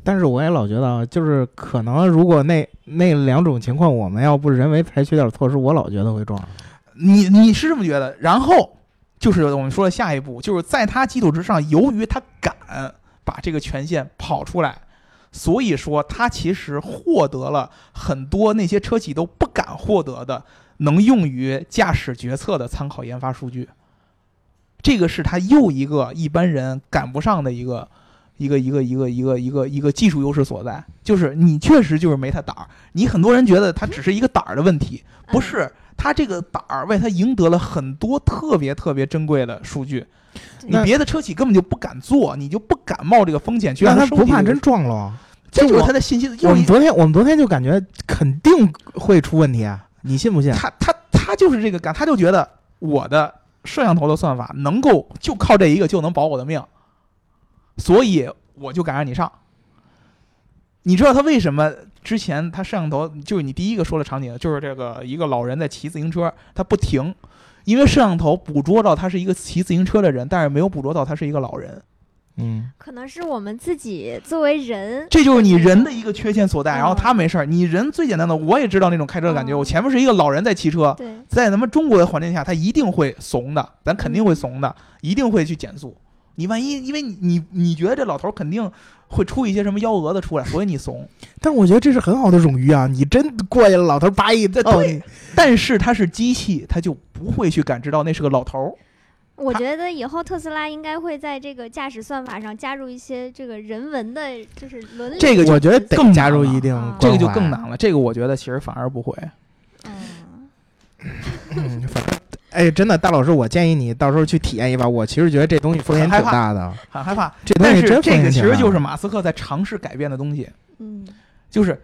S2: 但是我也老觉得，啊，就是可能如果那那两种情况，我们要不人为采取点措施，我老觉得会撞。
S3: 你你是这么觉得？然后就是我们说的下一步，就是在它基础之上，由于它敢把这个权限跑出来，所以说它其实获得了很多那些车企都不敢获得的，能用于驾驶决策的参考研发数据。这个是它又一个一般人赶不上的一个。一个一个一个一个一个一个技术优势所在，就是你确实就是没它胆儿。你很多人觉得它只是一个胆儿的问题，
S1: 嗯
S3: 不
S1: 呃
S3: 是，他这个胆儿为他赢得了很多特别特别珍贵的数据。
S1: 对
S3: 你
S2: 那
S3: 别的车企根本就不敢做，你就不敢冒这个风险去
S2: 那
S3: 让
S2: 他
S3: 收
S2: 不
S3: 集
S2: 怕
S3: 这个
S2: 真，撞了？哦
S3: 这
S2: 就
S3: 就是
S2: 我
S3: 他的信心。
S2: 我
S3: 又一
S2: 们昨天我们昨天就感觉肯定会出问题啊，你信不信？
S3: 他他他就是这个感，他就觉得我的摄像头的算法能够就靠这一个就能保我的命，所以我就敢让你上。你知道他为什么之前他摄像头就是你第一个说的场景，就是这个一个老人在骑自行车，他不停，因为摄像头捕捉到他是一个骑自行车的人，但是没有捕捉到他是一个老人。
S2: [laughs] 嗯，
S1: 可能是我们自己作为人，
S3: 这就是你人的一个缺陷所在。
S1: 嗯
S3: 然后他没事儿，你人最简单的，我也知道那种开车的感觉。
S1: 嗯
S3: 我前面是一个老人在骑车，
S1: 对，
S3: 在咱们中国的环境下，他一定会怂的，咱肯定会
S2: 嗯
S3: 怂的，一定会去减速。你万一因为你你你觉得这老头儿肯定会出一些什么幺蛾子出来，所以你怂。
S2: 但是我觉得这是很好的冗余啊！你真过去了，老头叭一
S3: 对
S2: 哦，
S3: 对但是他是机器，他就不会去感知到那是个老头儿。
S1: 我
S3: 它
S1: 觉得以后特斯拉应该会在这个驾驶算法上加入一些这个人文的，就是伦理。
S3: 这个就
S2: 我觉得得
S3: 更
S2: 加
S3: 难
S2: 入
S3: 了嗯
S2: 一定
S1: 啊
S3: 这个就
S2: 关怀
S3: 更难了，这个我觉得其实反而不会。
S1: 嗯，
S2: 嗯，反正哎，真的，大老师，我建议你到时候去体验一把。我其实觉得这东西风险挺大的，
S3: 很害怕，
S2: 这哎东
S3: 但
S2: 西
S3: 是
S2: 真风
S3: 这
S2: 险啊
S3: 个其
S2: 挺
S3: 实
S2: 大
S3: 就是
S2: 的
S3: 马斯克在尝试改变的东西。
S1: 嗯，
S3: 就是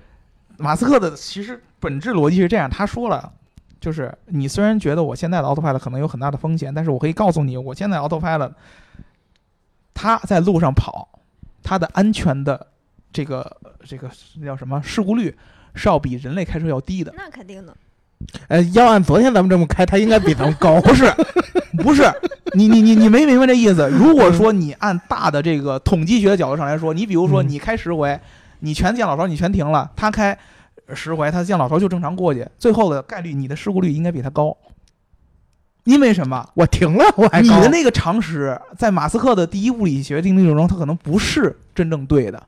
S3: 马斯克的其实本质逻辑是这样，他说了，就是你虽然觉得我现在的 Autopilot 可能有很大的风险，但是我可以告诉你，我现在 Autopilot 它在路上跑，它的安全的这个这个那叫什么事故率是要比人类开车要低的。
S1: 那肯定的。
S2: 呃，要按昨天咱们这么开，它应该比咱们
S3: [laughs]
S2: 高。
S3: 不是，不是，你你你你没明白这意思。
S2: 嗯
S3: 如果说你按大的这个统计学的角度上来说，你比如说
S2: 嗯
S3: 你开十回，你全降老头，你全停了，他开十回，他降老头就正常过去，最后的概率你的事故率应该比他高，因为什么？
S2: 我停了，我还
S3: 你
S2: 高嗯
S3: 的那个常识在马斯克的第一物理学定律中，它可能不是真正对的。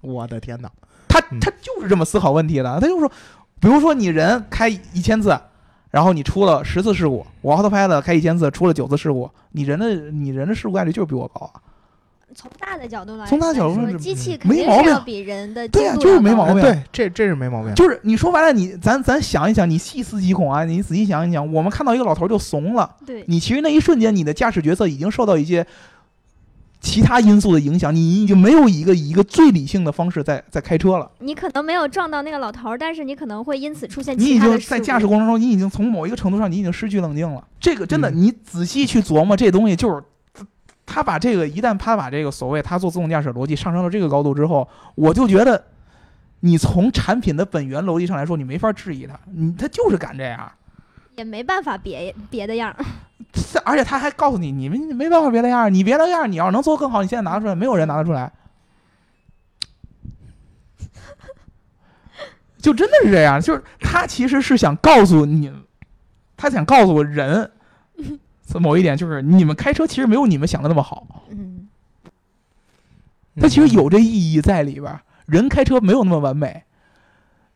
S2: 我的天哪！
S3: 他
S2: 嗯
S3: 他就是这么思考问题的。他就说，比如说你人开一千次，然后你出了十次事故，我 autopilot 开一千次出了九次事故，你人的你人的事故概率就是比我高啊。
S1: 从大的角度来，
S3: 从大的角度上
S1: 来
S3: 是
S1: 说，机器
S2: 嗯
S1: 肯
S3: 没
S1: 定
S3: 毛
S1: 是
S3: 病
S1: 要比人的
S3: 对呀
S1: 精度
S3: 就是
S1: 要
S3: 没
S1: 高
S3: 毛
S1: 的
S3: 病
S2: 呃对，这这是没毛病。
S3: 就是你说白了，你咱咱想一想，你细思极恐啊，你仔细想一想，我们看到一个老头就怂了，
S1: 对，
S3: 你其实那一瞬间，你的驾驶角色已经受到一些其他因素的影响，你已经没有一个以一个最理性的方式在在开车了。
S1: 你可能没有撞到那个老头儿，但是你可能会因此出现
S3: 你
S1: 其
S3: 已
S1: 他
S3: 经
S1: 的
S3: 在
S1: 事故
S3: 驾驶过程中，你已经从某一个程度上，你已经失去冷静了。这个真的，
S2: 嗯
S3: 你仔细去琢磨，这东西就是他把这个一旦他把这个所谓他做自动驾驶逻辑上升到这个高度之后，我就觉得你从产品的本源逻辑上来说，你没法质疑他，你他就是敢这样。
S1: 也没办法别别的样儿。
S3: 是而且他还告诉你，你们没办法别那样，你别那样，你要是能做得更好，你现在拿得出来，没有人拿得出来，就真的是这样，就是他其实是想告诉你，他想告诉人，某一点就是你们开车其实没有你们想的那么好，
S1: 嗯，
S3: 它其实
S2: 嗯
S3: 有这意义在里边儿，人开车没有那么完美，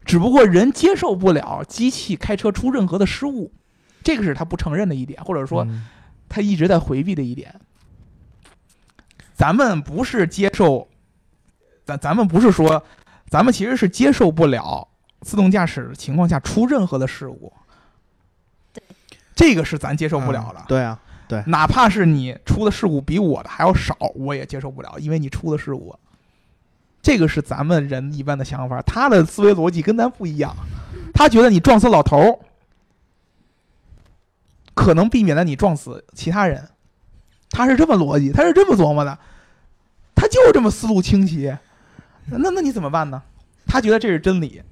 S3: 只不过人接受不了机器开车出任何的失误，这个是他不承认的一点，或者说。
S2: 嗯
S3: 他一直在回避的一点。咱们不是接受，咱咱们不是说，咱们其实是接受不了自动驾驶情况下出任何的事故。
S1: 对，
S3: 这个是咱接受不了的。
S2: 嗯对啊，
S3: 哪怕是你出的事故比我的还要少，我也接受不了，因为你出的事故。这个是咱们人一般的想法，他的思维逻辑跟咱不一样，他觉得你撞死老头儿，可能避免了你撞死其他人，他是这么逻辑，他是这么琢磨的，他就这么思路清晰，那那你怎么办呢？他觉得这是真理，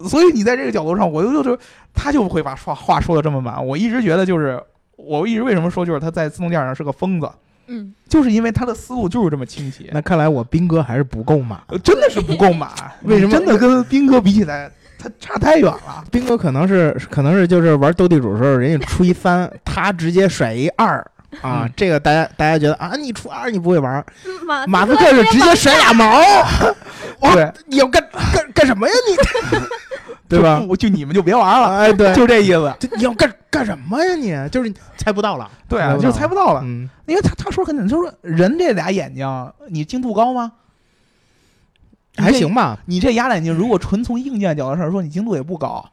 S3: 所以你在这个角度上，我就就就他就会把话话说的这么满。我一直觉得就是我一直为什么说就是他在自动驾驶上是个疯子，
S1: [laughs] 嗯，
S3: 就是因为他的思路就是这么清晰，
S2: 那看来我斌哥还是不够满。
S3: 呃真的是不够满。 [laughs]
S2: 为什么
S3: 真的跟斌哥比起来，他差太远了？
S2: 斌哥可能是可能是就是玩斗地主的时候，人家出一 [laughs] 三，他直接甩一二啊，
S3: 嗯
S2: 这个大家大家觉得啊，你出二你不会玩，
S1: 嗯马
S2: 马斯
S1: 斯
S2: 克是直接甩俩毛，哇
S3: 对
S2: 你要干干干什么呀你？ [laughs] 对
S3: 就
S2: 吧？
S3: 不就你们就别玩了，
S2: 哎，对，
S3: 就这意思。
S2: 这你要干干什么呀你？就是你猜不到了，
S3: [laughs] 对啊，
S2: 不
S3: 就
S2: 到
S3: 猜不到了，
S2: 嗯，
S3: 因为他他说很简单，就是说人这俩眼睛，你精度高吗？
S2: 还行吧，
S3: 你这俩眼睛如果纯从硬件角度上说，你精度也不高，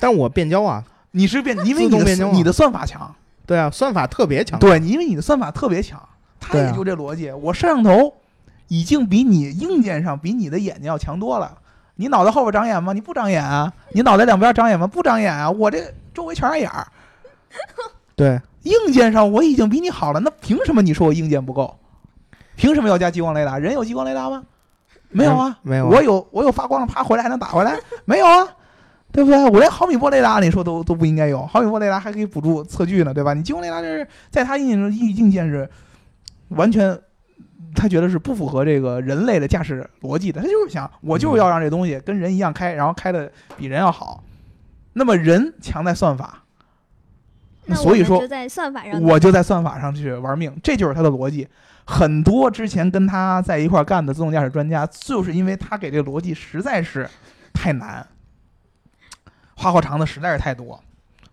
S2: 但我变焦啊，
S3: 你是 [laughs] 变因为
S2: 自动
S3: 你的
S2: 变焦
S3: 算
S2: 啊
S3: 你的算法强，
S2: 对啊，算法特别强，
S3: 对，因为你的算法特别强，他
S2: 对啊
S3: 也就这逻辑。我摄像头已经比你硬件上比你的眼睛要强多了。你脑袋后边长眼吗？你不长眼啊。你脑袋两边长眼吗？不长眼啊。我这周围全是眼儿。
S2: 对，
S3: 硬件上我已经比你好了，那凭什么你说我硬件不够？凭什么要加激光雷达？人有激光雷达吗？没有啊，
S2: 没有啊
S3: 我有我有发光的，啪回来还能打回
S2: [laughs]
S3: 来，没有啊，对不对？我连毫米波雷达你说都都不应该有，毫米波雷达还可以辅助测距呢，对吧？你激光雷达这是在他硬件中硬硬件是完全。他觉得是不符合这个人类的驾驶逻辑的，他就是想，我
S2: 嗯
S3: 就是要让这东西跟人一样开，然后开的比人要好。那么人强在算法，
S1: 那
S3: 所以
S1: 我们
S3: 说
S1: 就在算法上，
S3: 我就在算法上去玩命，这就是他的逻辑。很多之前跟他在一块儿干的自动驾驶专家，就是因为他给这个逻辑实在是太难，花花肠子实在是太多，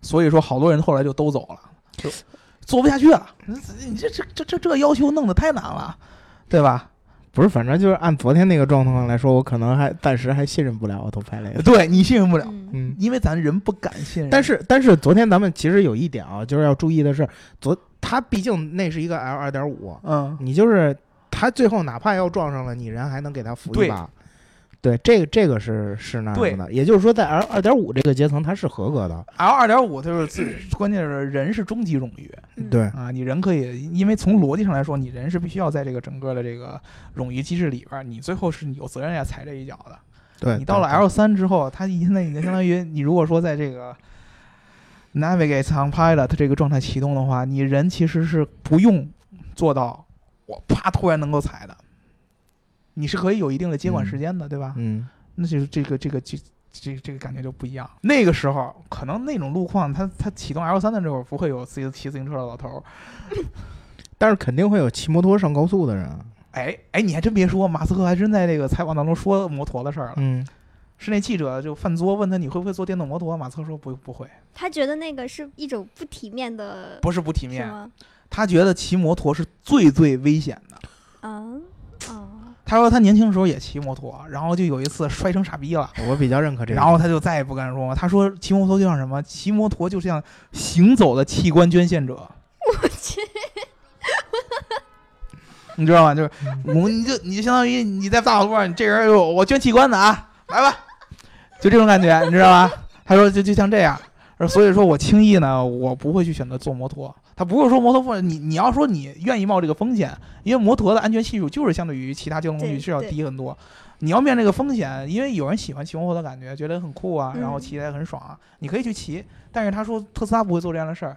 S3: 所以说好多人后来就都走了，就做不下去了。你这这这这这要求弄得太难了，对吧？ [laughs]
S2: 不是，反正就是按昨天那个状况来说，我可能还暂时还信任不了 a u t o p i l
S3: 对你信任不了，
S1: 嗯，
S2: 嗯，
S3: 因为咱人不敢信任。
S2: 但是但是昨天咱们其实有一点啊，就是要注意的是，昨它毕竟那是一个 L 二点五，
S3: 嗯，
S2: 你就是它最后哪怕要撞上了，你人还能给它扶一
S3: 对
S2: 把。对，这个这个是是那
S3: 对
S2: 样的，也就是说，在 L 二点五这个阶层，它是合格的。
S3: L 二点五就是自，关键是人是终极冗余，
S1: 嗯，
S2: 对，
S3: 啊，你人可以，因为从逻辑上来说，你人是必须要在这个整个的这个冗余机制里边儿，你最后是有责任要踩这一脚的。
S2: 对
S3: 你到了 L 三之后，它现在已经相当于你如果说在这个 Navigate on Pilot 这个状态启动的话，你人其实是不用做到我啪突然能够踩的，你是可以有一定的接管时间的，对吧？
S2: 嗯，
S3: 那就是这个这个这这这个感觉就不一样。那个时候可能那种路况，它它启动 L 三的时候不会有自己骑自行车的老头儿。
S2: 但是肯定会有骑摩托上高速的人啊。
S3: 哎哎，你还真别说，马斯克还真在这个采访当中说摩托的事儿了。
S2: 嗯，
S3: 是那记者就犯作问他你会不会坐电动摩托，马斯克说不不会，
S1: 他觉得那个是一种不体面的，
S3: 不是不体
S1: 是
S3: 面，
S1: 吗？
S3: 他觉得骑摩托是最最危险的。
S1: 啊啊，
S3: 他说他年轻的时候也骑摩托，然后就有一次摔成傻逼了，
S2: 我比较认可这个。
S3: 然后他就再也不敢说。他说骑摩托就像什么？骑摩托就像 [laughs] 行走的器官捐献者。
S1: 我去，
S3: 你知道吗？就是我你就你就相当于你在大马路上，你这人有我捐器官的啊，来吧，就这种感觉，你知道吧？他说就就像这样，所以说我轻易呢，我不会去选择坐摩托。他不是说摩托不，你你要说你愿意冒这个风险，因为摩托的安全系数就是相对于其他交通工具
S1: 对
S3: 是要
S1: 对
S3: 低很多。你要面这个风险，因为有人喜欢骑摩托的感觉，觉得很酷啊，
S1: 嗯
S3: 然后骑起来很爽啊，你可以去骑。但是他说特斯拉不会做这样的事儿，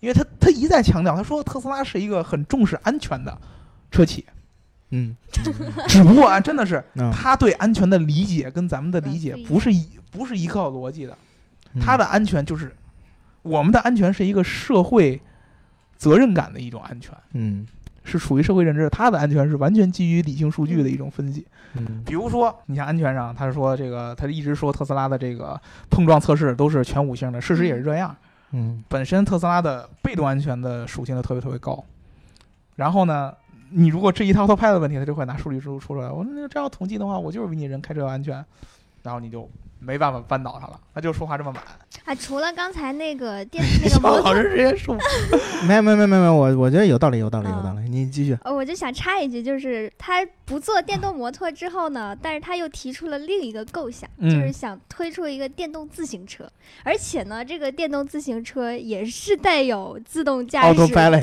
S3: 因为他他一再强调，他说特斯拉是一个很重视安全的车企，
S2: 嗯，
S3: 只不过啊，真的是
S2: 嗯
S3: 他对安全的理解跟咱们的理解
S1: 嗯不
S3: 不是依不是依靠逻辑的，
S2: 嗯
S3: 他的安全就是我们的安全是一个社会责任感的一种安全，
S2: 嗯
S3: 是属于社会认知的。他的安全是完全基于理性数据的一种分析。
S2: 嗯
S3: 比如说，你像安全上，他说这个，他一直说特斯拉的这个碰撞测试都是全五星的，事实也是这样。
S2: 嗯
S3: 本身特斯拉的被动安全的属性就特别特别高。然后呢，你如果这一套套派的问题，他就会拿数据出出来。我那这样统计的话，我就是比你人开车要安全，然后你就没办法扳倒他了，他就说话这 [laughs] 么满。
S1: 啊，除了刚才那个
S3: [laughs]
S1: 电那个
S3: 小
S1: 摩
S3: 老
S1: 托，
S3: 师直接说，
S2: 没有没有没有没有，我我觉得有道理有道理有
S1: 啊
S2: 道理，你继续。
S1: 呃，我就想插一句，就是他不做电动摩托之后呢，但是他又提出了另一个构想，就是
S3: 嗯
S1: 想推出一个电动自行车，而且呢，这个电动自行车也是带有自动驾驶，
S2: Autopilot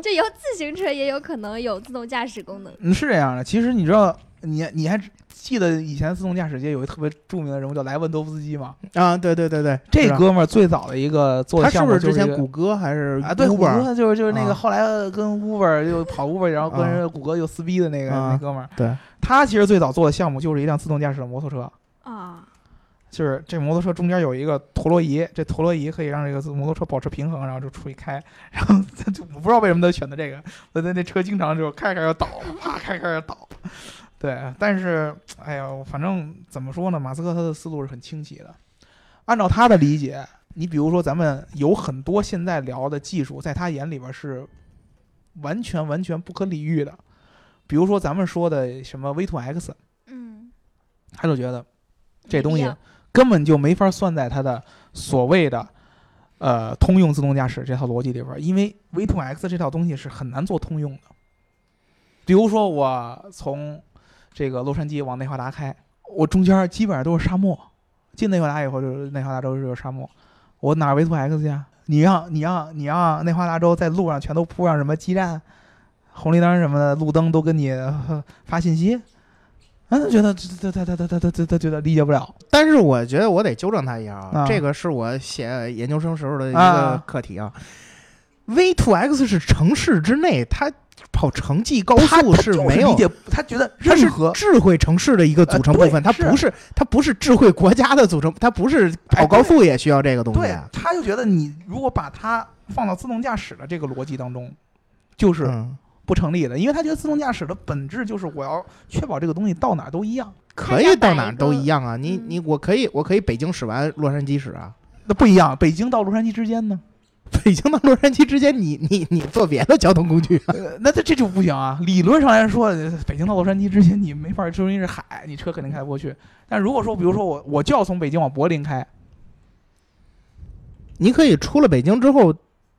S1: 就有自行车也有可能有自动驾驶功能。
S3: 嗯，是这样的。其实你知道，你你还记得以前自动驾驶界有一个特别著名的人物叫莱万多夫斯基吗？
S2: 啊，对对对对，
S3: 这
S2: 是啊
S3: 哥们儿最早的一个做
S2: 他
S3: 的
S2: 是
S3: 项
S2: 不
S3: 目
S2: 是
S3: 就
S2: 之
S3: 是一
S2: 前
S3: 个
S2: 谷歌还是
S3: 啊，对，谷
S2: Uber？
S3: 歌就是就是那
S2: 啊
S3: 个后来跟 Uber 又跑 Uber，然后跟人家谷歌又撕逼的那个
S2: 啊
S3: 那哥们儿，
S2: 对，
S3: 他其实最早做的项目就是一辆自动驾驶的摩托车，
S1: 啊，
S3: 就是这摩托车中间有一个陀螺仪，这陀螺仪可以让这个摩托车保持平衡，然后就出去开，然后他就我不知道为什么他选的这个，那那那车经常就开着开着就倒了，啪开着开着就倒了。对，但是哎呀，反正怎么说呢，马斯克他的思路是很清晰的。按照他的理解，你比如说咱们有很多现在聊的技术，在他眼里边是完全完全不可理喻的，比如说咱们说的什么 V2X，
S1: 嗯，
S3: 他就觉得
S1: 没
S3: 这东
S1: 必
S3: 西
S1: 要
S3: 根本就没法算在它的所谓的呃通用自动驾驶这套逻辑里边儿，因为 V2X 这套东西是很难做通用的。比如说我从这个洛杉矶往内华达开，我中间基本上都是沙漠，进内华达以后就是内华达州就是沙漠，我哪儿 V2X 去啊？你让你让你让内华达州在路上全都铺上什么基站、红绿灯什么的，路灯都跟你呃发信息，啊，他觉得他他他他他他他他觉得理解不了，
S2: 但是我觉得我得纠正他一下啊
S3: 啊
S2: 这个是我写研究生时候的一个
S3: 啊
S2: 课题啊。V two X 是城市之内，它跑城际高
S3: 他
S2: 速
S3: 他
S2: 是
S3: 就是
S2: 没有
S3: 理，解，他觉得
S2: 它是
S3: 任何
S2: 智慧城市的一个组成部分，它
S3: 呃对
S2: 不是哎它不是智慧国家的组成，它不是跑高速也需要这个东西
S3: 对
S2: 啊。，
S3: 他就觉得你如果把它放到自动驾驶的这个逻辑当中，就是
S2: 嗯，
S3: 不成立的，因为他觉得自动驾驶的本质就是我要确保这个东西到哪儿都一样，
S2: 可以到哪儿都一
S1: 样。
S2: 样啊。你
S1: 嗯
S2: 你我可以我可以北京使完洛杉矶使啊，
S3: 那不一样。北京到洛杉矶之间呢， [laughs]
S2: 北京到洛杉矶之间，你你你坐别的交通工具啊。
S3: 呃那这这就不行啊！理论上来说，呃北京到洛杉矶之前你没法儿，就因为是海，你车肯定开不过去。但如果说，比如说我我就要从北京往柏林开，
S2: 你可以出了北京之后，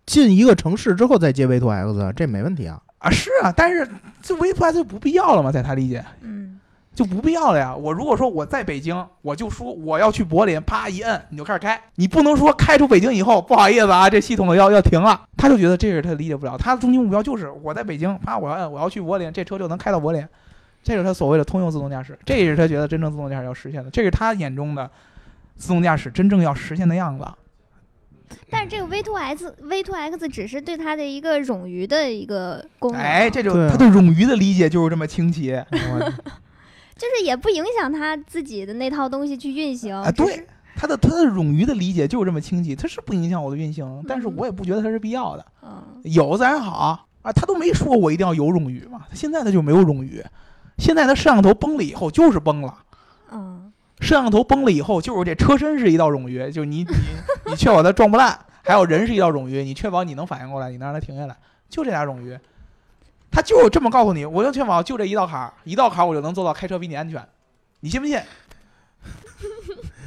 S2: 进一个城市之后再接 V two X，这没问题啊。
S3: 啊，是啊，但是这 V Plus 就不必要了嘛，在他理解
S1: 嗯，
S3: 就不必要了呀。我如果说我在北京，我就说我要去柏林，啪一摁你就开始开，你不能说开出北京以后，不好意思啊，这系统要要停了。他就觉得这是他理解不了，他的终极目标就是我在北京，啪我要摁我要去柏林，这车就能开到柏林。这是他所谓的通用自动驾驶，这也是他觉得真正自动驾驶要实现的，这是他眼中的自动驾驶真正要实现的样子。
S1: 但是这个 V two X V two X 只是对它的一个冗余的一个功能啊，
S3: 哎，这就
S2: 对啊
S3: 他对冗余的理解就是这么清奇。
S1: 就是也不影响他自己的那套东西去运行。
S3: 啊，
S1: 只
S3: 对
S1: 哦是，
S3: 他的他的冗余的理解就是这么清晰，它是不影响我的运行，但是
S1: 嗯
S3: 我也不觉得它是必要的，
S1: 嗯，
S3: 有自然好啊，他都没说我一定要有冗余嘛，现在他就没有冗余，现在他摄像头崩了以后就是崩了。
S1: 嗯，
S3: 摄像头崩了以后，就是这车身是一道冗余，就你你你确保它撞不烂，还有人是一道冗余，你确保你能反应过来，你能让它停下来，就这俩冗余，他就这么告诉你，我就确保就这一道坎儿，一道坎儿我就能做到开车比你安全，你信不信？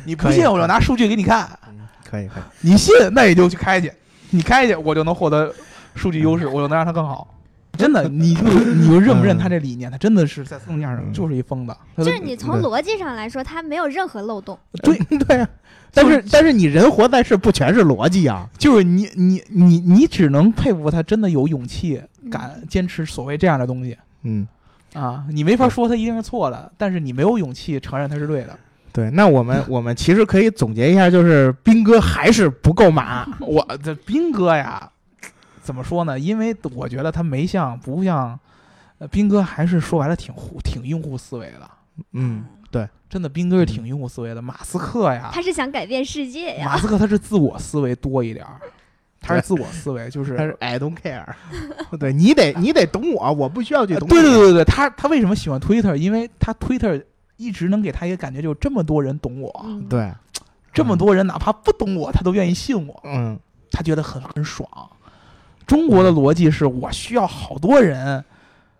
S3: 你不
S2: 可以
S3: 信我就拿数据给你看，
S2: 嗯可以可以，
S3: 你信那你就去开去，你开去我就能获得数据优势，我就能让它更好。真的，你就你就认不认
S2: 嗯
S3: 他这理念？他真的是在自动驾驶上
S2: 嗯
S3: 就是一疯子，他
S1: 就
S3: 的
S1: 是你从逻辑上来说，它没有任何漏洞。
S3: 对
S2: [laughs] 对 [laughs] 呀、但是但是你人活在世不全是逻辑啊呀、
S3: 就是你你你你只能佩服他真的有勇气
S1: 嗯
S3: 敢坚持所谓这样的东西
S2: 嗯，
S3: 啊！你没法说他一定是错的，但是你没有勇气承认他是对
S1: [laughs]
S3: 的。
S2: 对。那我们 [laughs] 我们其实可以总结一下，就是斌哥还是不够马。
S3: 我的斌哥呀，怎么说呢？因为我觉得他没像不像，呃，斌哥还是说白了挺户挺用户思维的，
S2: 嗯，
S3: 真的，斌哥是挺用户思维的。马斯克呀，
S1: 它是想改变世界呀。
S3: 马斯克他是自我思维多
S2: [laughs]
S3: 一点儿，他是
S2: 对
S3: 自我思维，就是
S2: 嗯他是 I don't care。对 [laughs] 你得你得懂我，我不需要去
S3: 对
S2: 懂。
S3: 呃对对，对对，他他为什么喜欢 Twitter？因为他 Twitter 一直能给他一个感觉，就这么多人懂我，
S1: 嗯，
S2: 对，
S3: 这么多人哪怕不懂我，他都愿意信我，
S2: 嗯
S3: 他觉得很很爽。中国的逻辑是我需要好多人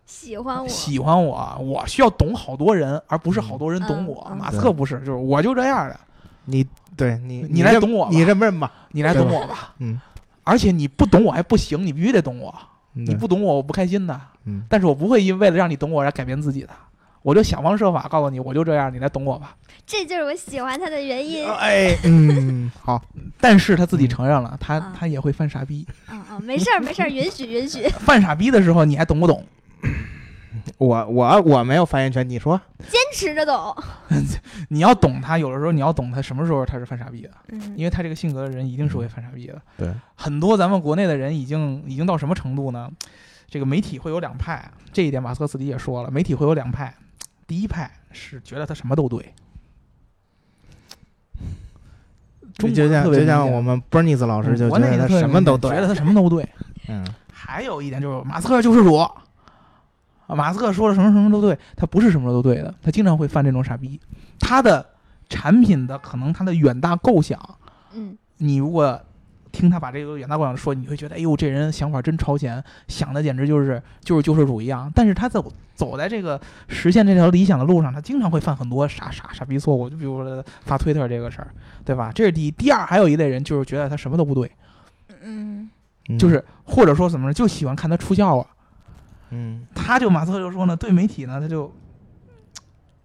S1: 喜欢我。
S3: 喜欢我，我需要懂好多人，而不是好多人懂我。
S1: 嗯嗯
S3: 马斯克不是，就是我就这样的，
S2: 你对你
S3: 你来
S2: 认
S3: 懂我吧
S2: 你认不认吧？
S3: 你来懂我吧。
S2: 嗯，
S3: 而且你不懂我还不行，你必须得懂我。
S2: 你
S3: 你不懂我，我不开心的。
S2: 嗯
S3: 但是我不会因为了让你懂我而改变自己的，我就想方设法告诉你，我就这样，你来懂我吧。
S1: 这就是我喜欢他的原因。
S3: 啊
S2: 哎嗯好，
S3: [laughs] 但是他自己承认了，他
S1: 啊
S3: 他也会犯傻逼。 [laughs]
S1: 嗯嗯，没事儿没事儿，允许允许。
S3: 犯傻逼的时候，你还懂不懂？
S2: [laughs] 我我我没有发言权，你说
S1: 坚持着走。
S3: 你要懂他，有的时候你要懂他什么时候他是犯傻逼的，
S1: 嗯，
S3: 因为他这个性格的人一定是会犯傻逼的。
S2: 嗯对，
S3: 很多咱们国内的人已经已经到什么程度呢？这个媒体会有两派，啊这一点马斯克自己也说了，媒体会有两派，第一派是觉得他什么都对。中国
S2: 就像
S3: 特别
S2: 就像
S3: 明显嗯
S2: 我们 Bernice 老师就觉
S3: 国内
S2: 得
S3: 的
S2: 他
S3: 特别
S2: 什么都
S3: 明显
S2: 对
S3: 觉，得他什么都对。
S2: 嗯
S3: 还有一点就是马斯克救世主，啊马斯克说了什么什么都对，他不是什么都对的，他经常会犯这种傻逼。他的产品的可能他的远大构想，
S1: 嗯，
S3: 你如果听他把这个远大构想说，你会觉得哎呦这人想法真超前，想的简直就是就是救世主一样。但是他走走在这个实现这条理想的路上，他经常会犯很多傻傻傻逼错误，就比如说发推特这个事儿，对吧？这是第一。第二，还有一类人就是觉得他什么都不对，
S1: 嗯，
S2: 嗯
S3: 就是或者说怎么呢，就喜欢看他出笑话。
S2: 嗯
S3: 他就马斯克就说呢，对媒体呢，他就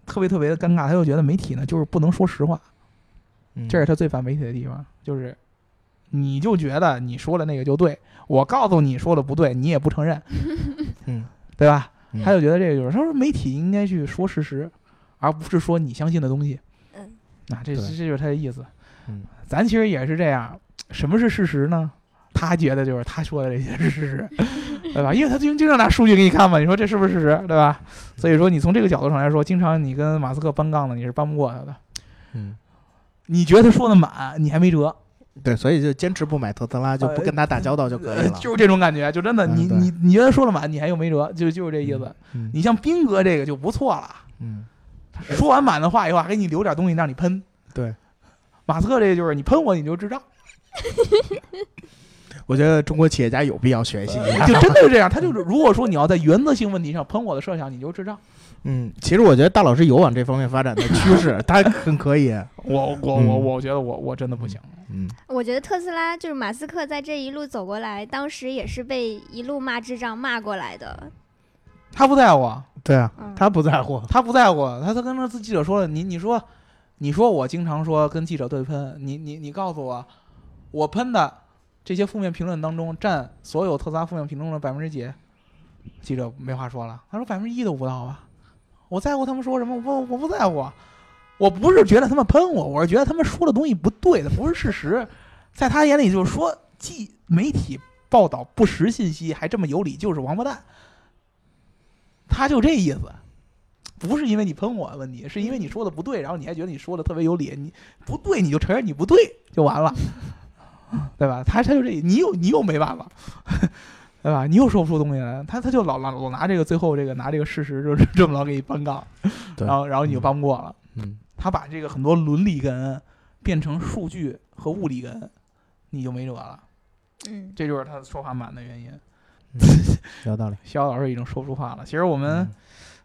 S3: 特别特别的尴尬，他就觉得媒体呢就是不能说实话，
S2: 嗯
S3: 这是他最烦媒体的地方，就是你就觉得你说的那个就对，我告诉你说的不对，你也不承认，
S2: [laughs] 嗯
S3: 对吧？
S2: 嗯
S3: 他就觉得这个就是，他说媒体应该去说事实，而不是说你相信的东西。
S1: 嗯，
S3: 啊，这
S2: 对
S3: 这就是他的意思。
S2: 嗯，
S3: 咱其实也是这样，什么是事实呢？他觉得就是他说的这些是事实， [laughs] 对吧？因为他经经常拿数据给你看嘛，你说这是不是事实，对吧？所以说你从这个角度上来说，经常你跟马斯克搬杠的，你是搬不过他的。
S2: 嗯，
S3: 你觉得他说的满，你还没辙，
S2: 对，所以就坚持不买特斯拉，就不跟他打交道就可以
S3: 呃
S2: 了。
S3: 就是这种感觉，就真的
S2: 嗯
S3: 你
S2: 对
S3: 你你觉得说的满，你还又没辙，就就是这意思。
S2: 嗯
S3: 你像斌哥这个就不错了，
S2: 嗯
S3: 说完满的话以后，还给你留点东西让你喷。
S2: 对，
S3: 马斯克这个就是你喷我你就智障。
S2: 我觉得中国企业家有必要学习一下。
S3: 呃就真的是这样。他就是，如果说你要在原则性问题上喷我的设想，你就智障。
S2: 嗯，其实我觉得大老师有往这方面发展的趋
S3: [laughs]
S2: 势，他很可以。
S3: 我我
S2: 嗯
S3: 我我觉得我我真的不行。
S2: 嗯，
S1: 我觉得特斯拉就是马斯克在这一路走过来，当时也是被一路骂智障骂过来的。
S3: 他不在乎啊，
S2: 对啊，
S1: 嗯，
S2: 他不在乎。
S3: 他不在乎啊，他他跟那记者说了，你你说，你说我经常说跟记者对喷，你你你告诉我，我喷的这些负面评论当中占所有特斯拉负面评论的百分之几？记者没话说了，他说百分之一都不到啊，我在乎他们说什么？我不我不在乎啊，我不是觉得他们喷我，我是觉得他们说的东西不对，它不是事实，在他眼里就是说，既媒体报道不实信息还这么有理，就是王八蛋，他就这意思。不是因为你喷我的问题，是因为你说的不对，然后你还觉得你说的特别有理，你不对你就承认你不对就完了，对吧？他他就这，你又你又没办法， [laughs] 对吧？你又说不出东西来，他他就老老老拿这个最后这个拿这个事实就是 [laughs] 这么老给你搬杠，
S2: 对
S3: 然后然后你就搬不过了。
S2: 嗯
S3: 他把这个很多伦理根变成数据和物理根，你就没辙了。
S1: 嗯，
S3: 这就是他说话满的原因。
S2: 有道理。
S3: 肖老师已经说不出话了。其实我们、
S2: 嗯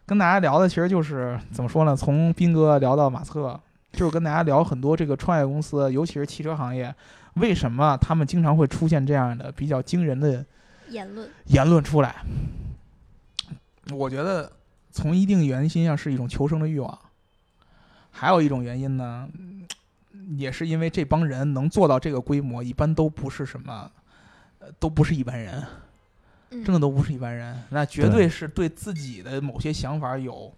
S3: 跟大家聊的其实就是怎么说呢？从斌哥聊到马斯克，就是跟大家聊很多这个创业公司，尤其是汽车行业，为什么他们经常会出现这样的比较惊人的
S1: 言论。
S3: 言论出来？我觉得从一定原因上是一种求生的欲望，还有一种原因呢，嗯也是因为这帮人能做到这个规模，一般都不是什么，呃，都不是一般人，
S1: 嗯
S3: 真的都不是一般人，那绝
S2: 对
S3: 对是对自己的某些想法有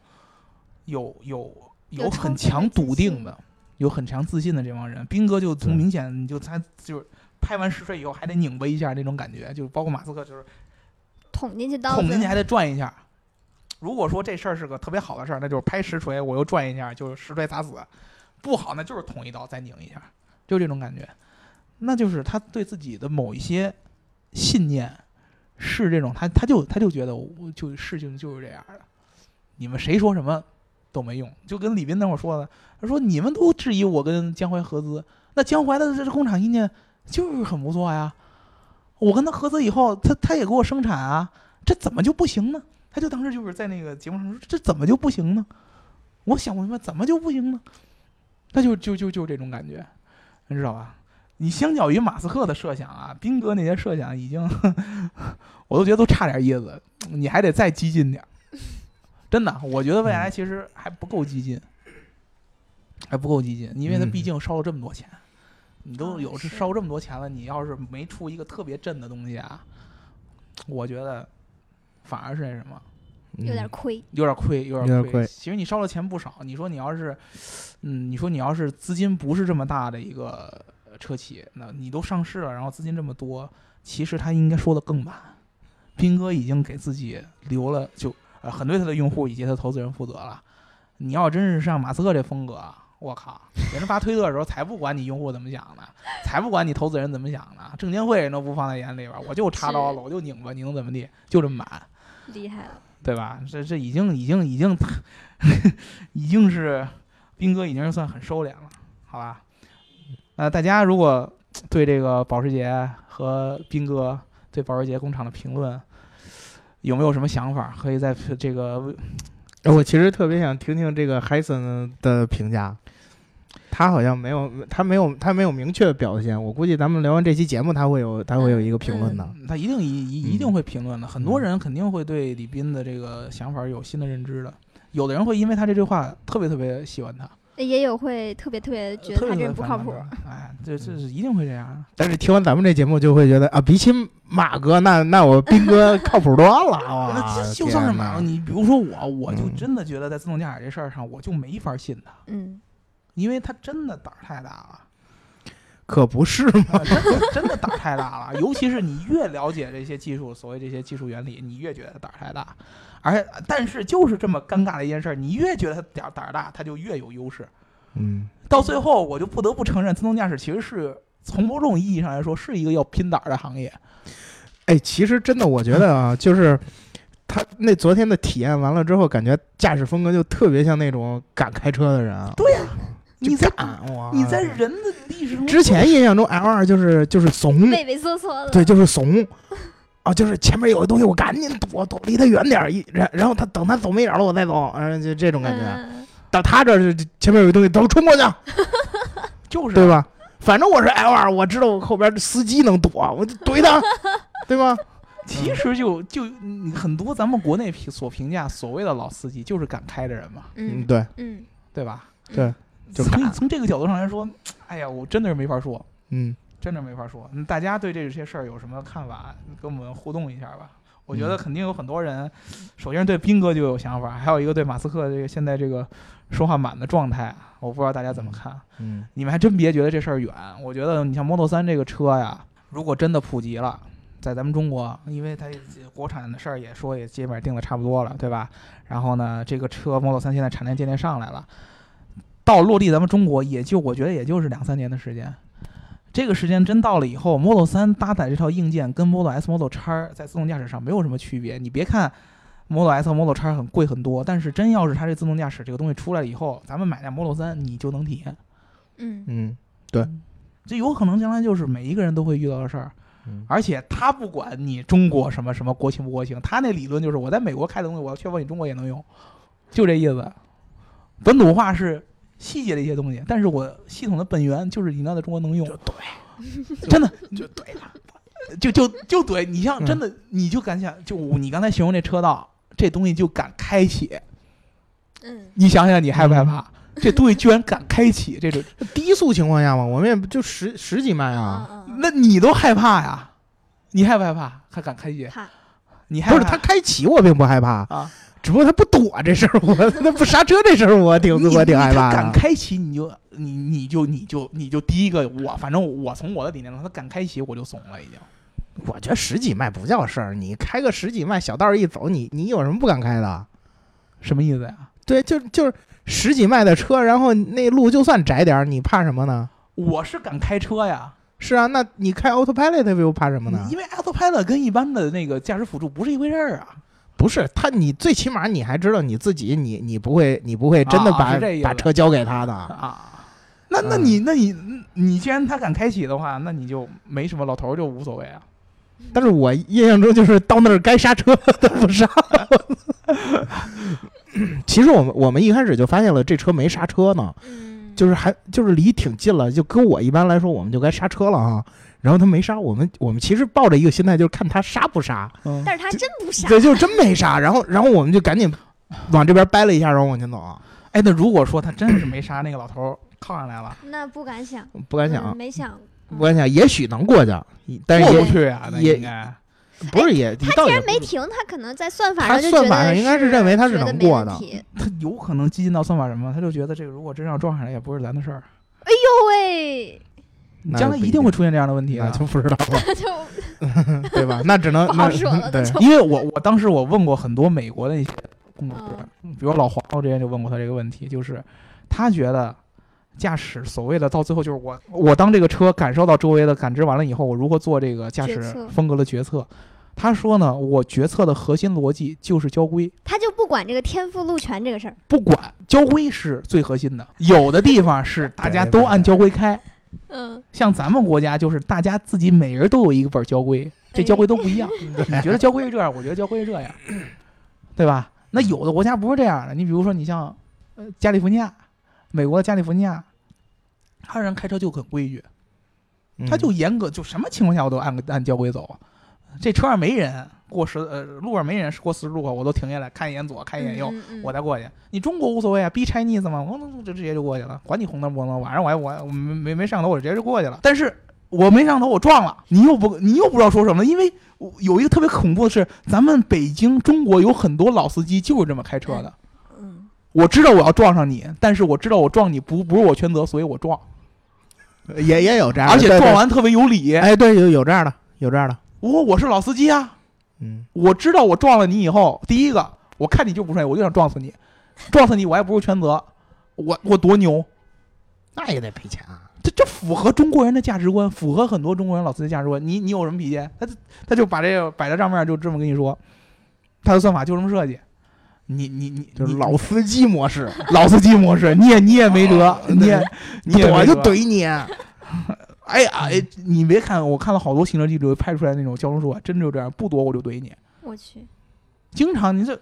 S3: 有有
S1: 有充
S3: 有很
S1: 分的
S3: 强
S1: 自
S3: 笃定
S1: 信
S3: 的，有很强自信的这帮人。斌哥就从
S2: 对
S3: 明显你就他就是拍完试睡以后还得拧巴一下那种感觉，就是包括马斯克就是
S1: 捅进去刀子，
S3: 捅进去还得转一下。如果说这事儿是个特别好的事儿，那就是拍实锤，我又转一下，就是实锤砸死；不好，那就是捅一刀再拧一下，就这种感觉。那就是他对自己的某一些信念是这种，他他就他就觉得我就事情就是这样的，你们谁说什么都没用。就跟李斌那会儿说的，他说你们都质疑我跟江淮合资，那江淮的这工厂意念就是很不错呀。啊我跟他合资以后，他他也给我生产啊，这怎么就不行呢？他就当时就是在那个节目上说，这怎么就不行呢？我想不明白，怎么就不行呢？他就就就就这种感觉，你知道吧？你相较于马斯克的设想啊，斌哥那些设想已经， [laughs] 我都觉得都差点意思，你还得再激进点儿。真的，我觉得未来其实还不够激进，还不够激进，因为他
S2: 嗯
S3: 毕竟烧了这么多钱，你都
S1: 哦
S3: 有这
S1: 是
S3: 烧这么多钱了，你要是没出一个特别震的东西啊，我觉得反而是那什么，
S2: 嗯
S1: 有点亏。
S3: 有点亏，有
S2: 有
S3: 点
S2: 点亏
S3: 其实你烧了钱不少，你说你要是，嗯，你说你要是资金不是这么大的一个呃车企，那你都上市了，然后资金这么多，其实他应该说的更满。斌哥已经给自己留了，就呃很对他的用户以及他的投资人负责了。你要真是像马斯克这风格啊，我靠，人家发推特的时候才不管你用户怎么想呢，才不管你投资人怎么想呢，证监会人都不放在眼里边儿，我就插刀了，我就拧巴，你能怎么地？就这么满。
S1: 厉害了，
S3: 对吧？这这已经已经已经， [laughs] 已经是斌哥已经是算很收敛了，好吧？呃，大家如果对这个保时捷和斌哥对保时捷工厂的评论有没有什么想法，可以在这个
S2: 哎我其实特别想听听这个海森的评价，他好像没有，他没有，他没有明确表现。我估计咱们聊完这期节目，他会有，他
S3: 嗯
S2: 会有一个评论的。
S3: 他一定一一一定
S2: 嗯
S3: 会评论的，很多人肯定会对李斌的这个想法有新的认知的。有的人会因为他这句话特别特别喜欢他，
S1: 也有会特别特别觉得
S3: 特
S1: 他
S3: 别特
S1: 这
S3: 别
S1: 人不
S3: 反
S1: 靠
S3: 感
S1: 谱。
S3: 他。哎，这这
S2: 嗯
S3: 是一定会这样的。
S2: 但是听完咱们这节目，就会觉得啊，比起马哥，那那我斌
S3: [laughs]
S2: 哥靠谱多了
S3: 那
S2: 啊！
S3: 这就算是
S2: 天哪
S3: 买了，你比如说我，我就
S2: 嗯
S3: 真的觉得在自动驾驶这事儿上，我就没法信他，
S1: 嗯，
S3: 因为他真的胆儿太大了，
S2: [laughs] 可不是嘛。
S3: 啊真的真的胆儿太大了。尤其是你越了解这些技术，所谓这些技术原理，你越觉得他胆儿太大。而但是就是这么尴尬的一件事儿，你越觉得他胆儿胆儿大，他就越有优势。
S2: 嗯，
S3: 到最后，我就不得不承认，自动驾驶其实是从某种意义上来说是一个要拼胆儿的行业。
S2: 哎，其实真的，我觉得啊，就是他那昨天的体验完了之后，感觉驾驶风格就特别像那种敢开车的人啊。
S3: 对呀、
S2: 就
S3: 你在
S2: 敢哇！
S3: 你在人的历史中
S2: 之前印象中 L 二就是就是怂，
S1: 畏畏缩缩
S3: 嗯
S1: 的。
S2: 嗯对，就是怂。啊，就是前面有个东西，我赶紧躲躲，离他远点儿。一然然后他等他走没影儿了，我再走，嗯，就这种感觉。
S1: 嗯，
S2: 到他这儿就前面有个东西，都冲过去，
S3: 就是
S2: 对吧？反正我是 L 二，我知道我后边司机能躲，我就怼
S3: [laughs]
S2: 他，对吧？
S3: 其实就就嗯很多咱们国内评所评价所谓的老司机，就是敢开的人嘛，
S1: 嗯
S2: 对，
S1: 嗯，
S3: 对吧？
S2: 对，就
S3: 所以
S2: 敢
S3: 从这个角度上来说，哎呀，我真的是没法说，
S2: 嗯，
S3: 真的没法说。嗯大家对这些事儿有什么看法，跟我们互动一下吧。我觉得
S2: 嗯
S3: 肯定有很多人，首先是对斌哥就有想法，还有一个对马斯克这个现在这个说话满的状态啊，我不知道大家怎么看。
S2: 嗯，
S3: 你们还真别觉得这事儿远，我觉得你像 Model 3这个车呀，如果真的普及了，在咱们中国，因为它国产的事儿也说也基本上定的差不多了，对吧？然后呢，这个车 Model 3现在产量渐渐上来了，到落地咱们中国也就我觉得也就是两三年的时间。这个时间真到了以后，Model 3搭载这套硬件跟 Model S、Model X 在自动驾驶上没有什么区别。你别看 Model S 和 Model X 很贵很多，但是真要是它这自动驾驶这个东西出来了以后，咱们买辆 Model 3你就能体验。
S1: 嗯，
S2: 嗯，
S3: 这有可能将来就是每一个人都会遇到的事儿。
S2: 嗯
S3: 而且他不管你中国什么什么国情不国情，他那理论就是我在美国开的东西，我要确保你中国也能用，就这意思。本土化是细节的一些东西，但是我系统的本源就是你能在中国能用，
S2: 对，
S3: 真的 [laughs] 就对了，就就就对你像
S2: 嗯
S3: 真的，你就敢想，就你刚才形容那车道，这东西就敢开启，
S1: 嗯，
S3: 你想想你害不害怕？这东西居然敢开启，这种
S2: 低速情况下嘛，我们也不就十十几迈啊，
S1: 嗯嗯
S3: 那你都害怕呀？你害不害怕？还敢开启？
S1: 怕
S3: 你害
S2: 不是
S3: 怕
S2: 他开启我并不害怕，
S3: 嗯啊？
S2: 只不过他不躲这事儿，我那不刹车这事儿我挺
S3: 你
S2: 我挺
S3: 你
S2: 害
S3: 他
S2: 怕
S3: 敢
S2: 的。
S3: 开启你就你你就你就你就第一个我反正我从我的理念中，他敢开启我就怂了已经。
S2: 我觉得十几迈不叫事儿，你开个十几迈小道儿一走，你你有什么不敢开的？
S3: 什么意思呀？
S2: 对，就就是十几迈的车，然后那路就算窄点儿，你怕什么呢？
S3: 我是敢开车呀，
S2: 是啊，那你开 autopilot 又怕什么呢？
S3: 因为 autopilot 跟一般的那个驾驶辅助不是一回事儿啊。
S2: 不是他，你最起码你还知道你自己，你你不会，你不会真的
S3: 啊
S2: 把、
S3: 是这意思
S2: 把车交给他的。
S3: 啊，那那
S2: 嗯
S3: 你那你你既然他敢开启的话，那你就没什么，老头儿就无所谓啊。
S2: 但是我印象中就是到那儿该刹车了都不刹。 [laughs] 其实我们我们一开始就发现了这车没刹车呢，
S1: 嗯，
S2: 就是还就是离挺近了，就跟我一般来说我们就该刹车了哈。然后他没刹，我们我们其实抱着一个心态就是看他刹不刹，
S3: 嗯
S1: 但是他真不傻，
S2: 对，就真没刹。然后然后我们就赶紧往这边掰了一下，然后往前走啊，
S3: 哎，那如果说他真是没杀，那个老头儿 [clears throat] 靠上来了，
S1: 那不敢想，
S2: 不敢
S1: 嗯
S2: 想，
S1: 没想，
S2: 不敢想，也许能过去，但是
S3: 过
S2: 也
S3: 不去啊，那
S2: 也
S3: 应该。
S2: 不是也，你
S1: 哎他
S2: 倒
S1: 既
S2: 也
S1: 然
S2: 不
S1: 没
S2: 是
S1: 停，他可能在算法
S2: 他
S1: 上就
S2: 算
S1: 觉
S2: 法
S1: 得
S2: 上应该是认为他是
S1: 觉得
S2: 能
S1: 没
S2: 过
S1: 问
S2: 的嗯
S1: 题
S3: 他有可能激进到算法什么，他就觉得这个如果真要撞上来也不是咱的事儿，
S1: 哎呦喂，
S2: 那
S3: 将
S2: 就
S3: 来
S2: 不
S3: 一定会出啊现这样的问题
S2: 那
S3: 的。
S2: 就不知道了，
S1: [laughs] 他就
S2: [laughs] 对吧？那只能
S1: 不
S2: 那嗯
S1: 好说了，
S2: 对
S1: 那， [laughs] 就
S3: 因为我我当时我问过很多美国的一些工程师
S1: 嗯，
S3: 比如老黄，我之前就问过他这个问题，就是他觉得驾驶所谓的到最后就是我我当这个车感受到周围的感知完了以后，我如何做这个驾驶
S1: 决策
S3: 风格的决策？他说呢，我决策的核心逻辑就是交规，
S1: 他就不管这个天赋路权这个事儿，
S3: 不管交规是最核心的。有的地方是大家都按交规开，
S1: 嗯，
S3: 像咱们国家就是大家自己每人都有一个本儿交规，这交规都不一样。你觉得交规是这样，我觉得交规是这样，对吧？那有的国家不是这样的，你比如说你像呃加利福尼亚，美国的加利福尼亚，他人开车就很规矩，
S2: 嗯
S3: 他就严格，就什么情况下我都按按交规走。啊这车上没人，过十呃路上没人，过十字路口我都停下来看一眼左，
S2: 哎
S3: 看一眼右，
S1: 嗯，嗯
S3: 我再过去。你中国无所谓啊，逼 Chinese 嘛，我就直接就过去了，管你红灯不红灯。晚上我还我还我没没没上头，我直接就过去了。但是我没上头，我撞了，你又不你又不知道说什么了，因为我有一个特别恐怖的是，咱们北京中国有很多老司机就是这么开车的。
S1: 嗯，
S3: 我知道我要撞上你，但是我知道我撞你不不是我全责，所以我撞，
S2: 也也有这样的，
S3: 而且
S2: 啊对
S3: 撞，完特别有理。
S2: 对哎，对，有有这样的，有这样的，
S3: 我我是老司机啊，
S2: 嗯，
S3: 我知道我撞了你以后，第一个我看你就不顺眼，我就想撞死你，撞死你我还不是全责，我我多牛，
S2: 那也得赔钱啊，
S3: 这这符合中国人的价值观，符合很多中国人老司机价值观。你你有什么脾气？他就他就把这个摆在账面上，就这么跟你说，他的算法就这么设计。你你你
S2: 就是
S3: 你
S2: 老司机模式，
S3: 老司机模式，你也你也没辙，
S2: 啊
S3: 你也你也
S2: 我
S3: 没
S2: 啊就
S3: 辙。
S2: 怼嗯你，
S3: 哎呀哎，你别看我看了好多行车记录拍出来那种交通事故，真就这样，不躲我就怼你。
S1: 我去，
S3: 经常你这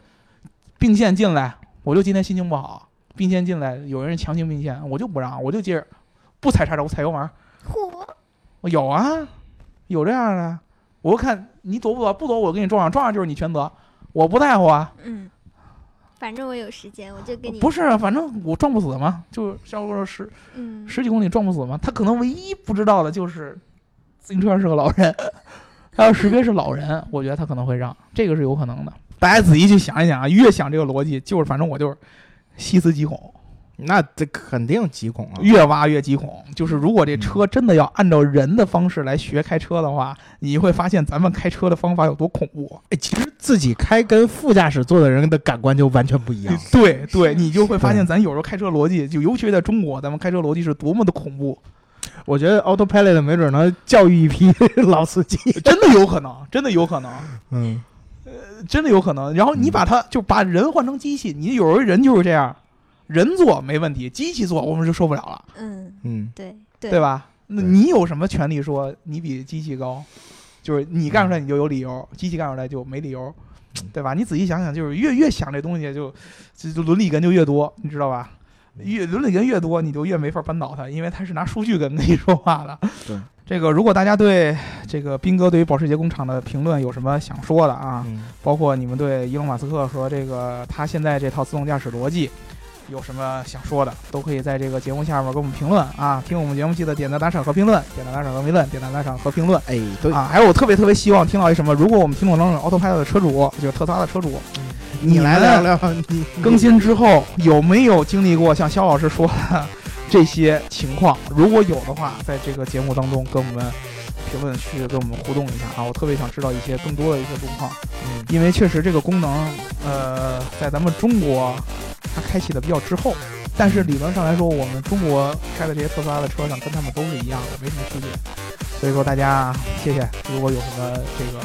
S3: 并线进来，我就今天心情不好，并线进来有人强行并线，我就不让，我就接着不踩刹车，我踩油门。
S1: 嚯，
S3: 我有啊，有这样的。我就看你躲不躲，不躲我给你撞上，撞上就是你全责，我不在乎啊。
S1: 嗯，反正我有时间，我
S2: 哦
S1: 就给你，
S3: 不是啊，反正我撞不死嘛，就是像我说十
S1: 嗯，
S3: 十几公里撞不死嘛。他可能唯一不知道的就是自行车上是个老人，他要识别是老人，我觉得他可能会让，这个是有可能的。大家仔细去想一想啊，越想这个逻辑，就是反正我就是细思极恐，
S2: 那这肯定急恐啊，
S3: 越挖越极恐。就是如果这车真的要按照人的方式来学开车的话，你会发现咱们开车的方法有多恐怖。
S2: 哎其实自己开跟副驾驶座的人的感官就完全不一
S3: [laughs]
S2: 样，
S3: 对对，
S1: 是
S3: 你就会发
S2: 对
S3: 现咱有时候开车逻辑，就尤其是在中国，咱们开车逻辑是多么的恐怖，
S2: 我觉得 autopilot 没准能教育一批老司机，
S3: 真的有可能，真的有可能，
S2: 嗯，
S3: 真的有可能。然后你把它就把人换成机器，你有时候人就是这样，人做没问题，机器做我们就受不了了，
S1: 嗯，
S2: 嗯，
S1: 对
S3: 对，吧？那
S2: 对
S3: 你有什么权利说你比机器高？就是你干出来你就有理由，机器干出来就没理由，对吧？你仔细想想，就是越越想这东西就，就就伦理根就越多，你知道吧？越伦理根越多，你就越没法扳倒它，因为它是拿数据跟你说话的。
S2: 对，
S3: 这个如果大家对这个斌哥对于保时捷工厂的评论有什么想说的啊，
S2: 嗯
S3: 包括你们对伊隆马斯克和这个他现在这套自动驾驶逻辑有什么想说的，都可以在这个节目下面给我们评论啊。听我们节目记得点赞、打赏和评论，点赞、打赏和评论，点赞、打赏和评论。
S2: 哎，对，
S3: 啊，还有我特别特别希望听到一什么，如果我们听众当中有 Autopilot 的车主，就是特斯拉的车主，
S2: 你来
S3: 们
S2: 聊聊你
S3: 更新之后有没有经历过像肖老师说的 [laughs] 这些情况？如果有的话，在这个节目当中跟我们评论区跟我们互动一下啊！我特别想知道一些更多的一些路况，
S2: 嗯
S3: 因为确实这个功能，呃，在咱们中国它开启的比较滞后，但是理论上来说，我们中国开的这些特斯拉的车上跟他们都是一样的，没什么区别。所以说大家谢谢，如果有什么这个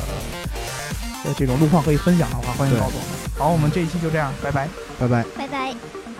S3: 呃这种路况可以分享的话，欢迎
S2: 对
S3: 告诉我们。好，我们这一期就这样，拜拜。
S2: 拜拜。
S1: 拜拜。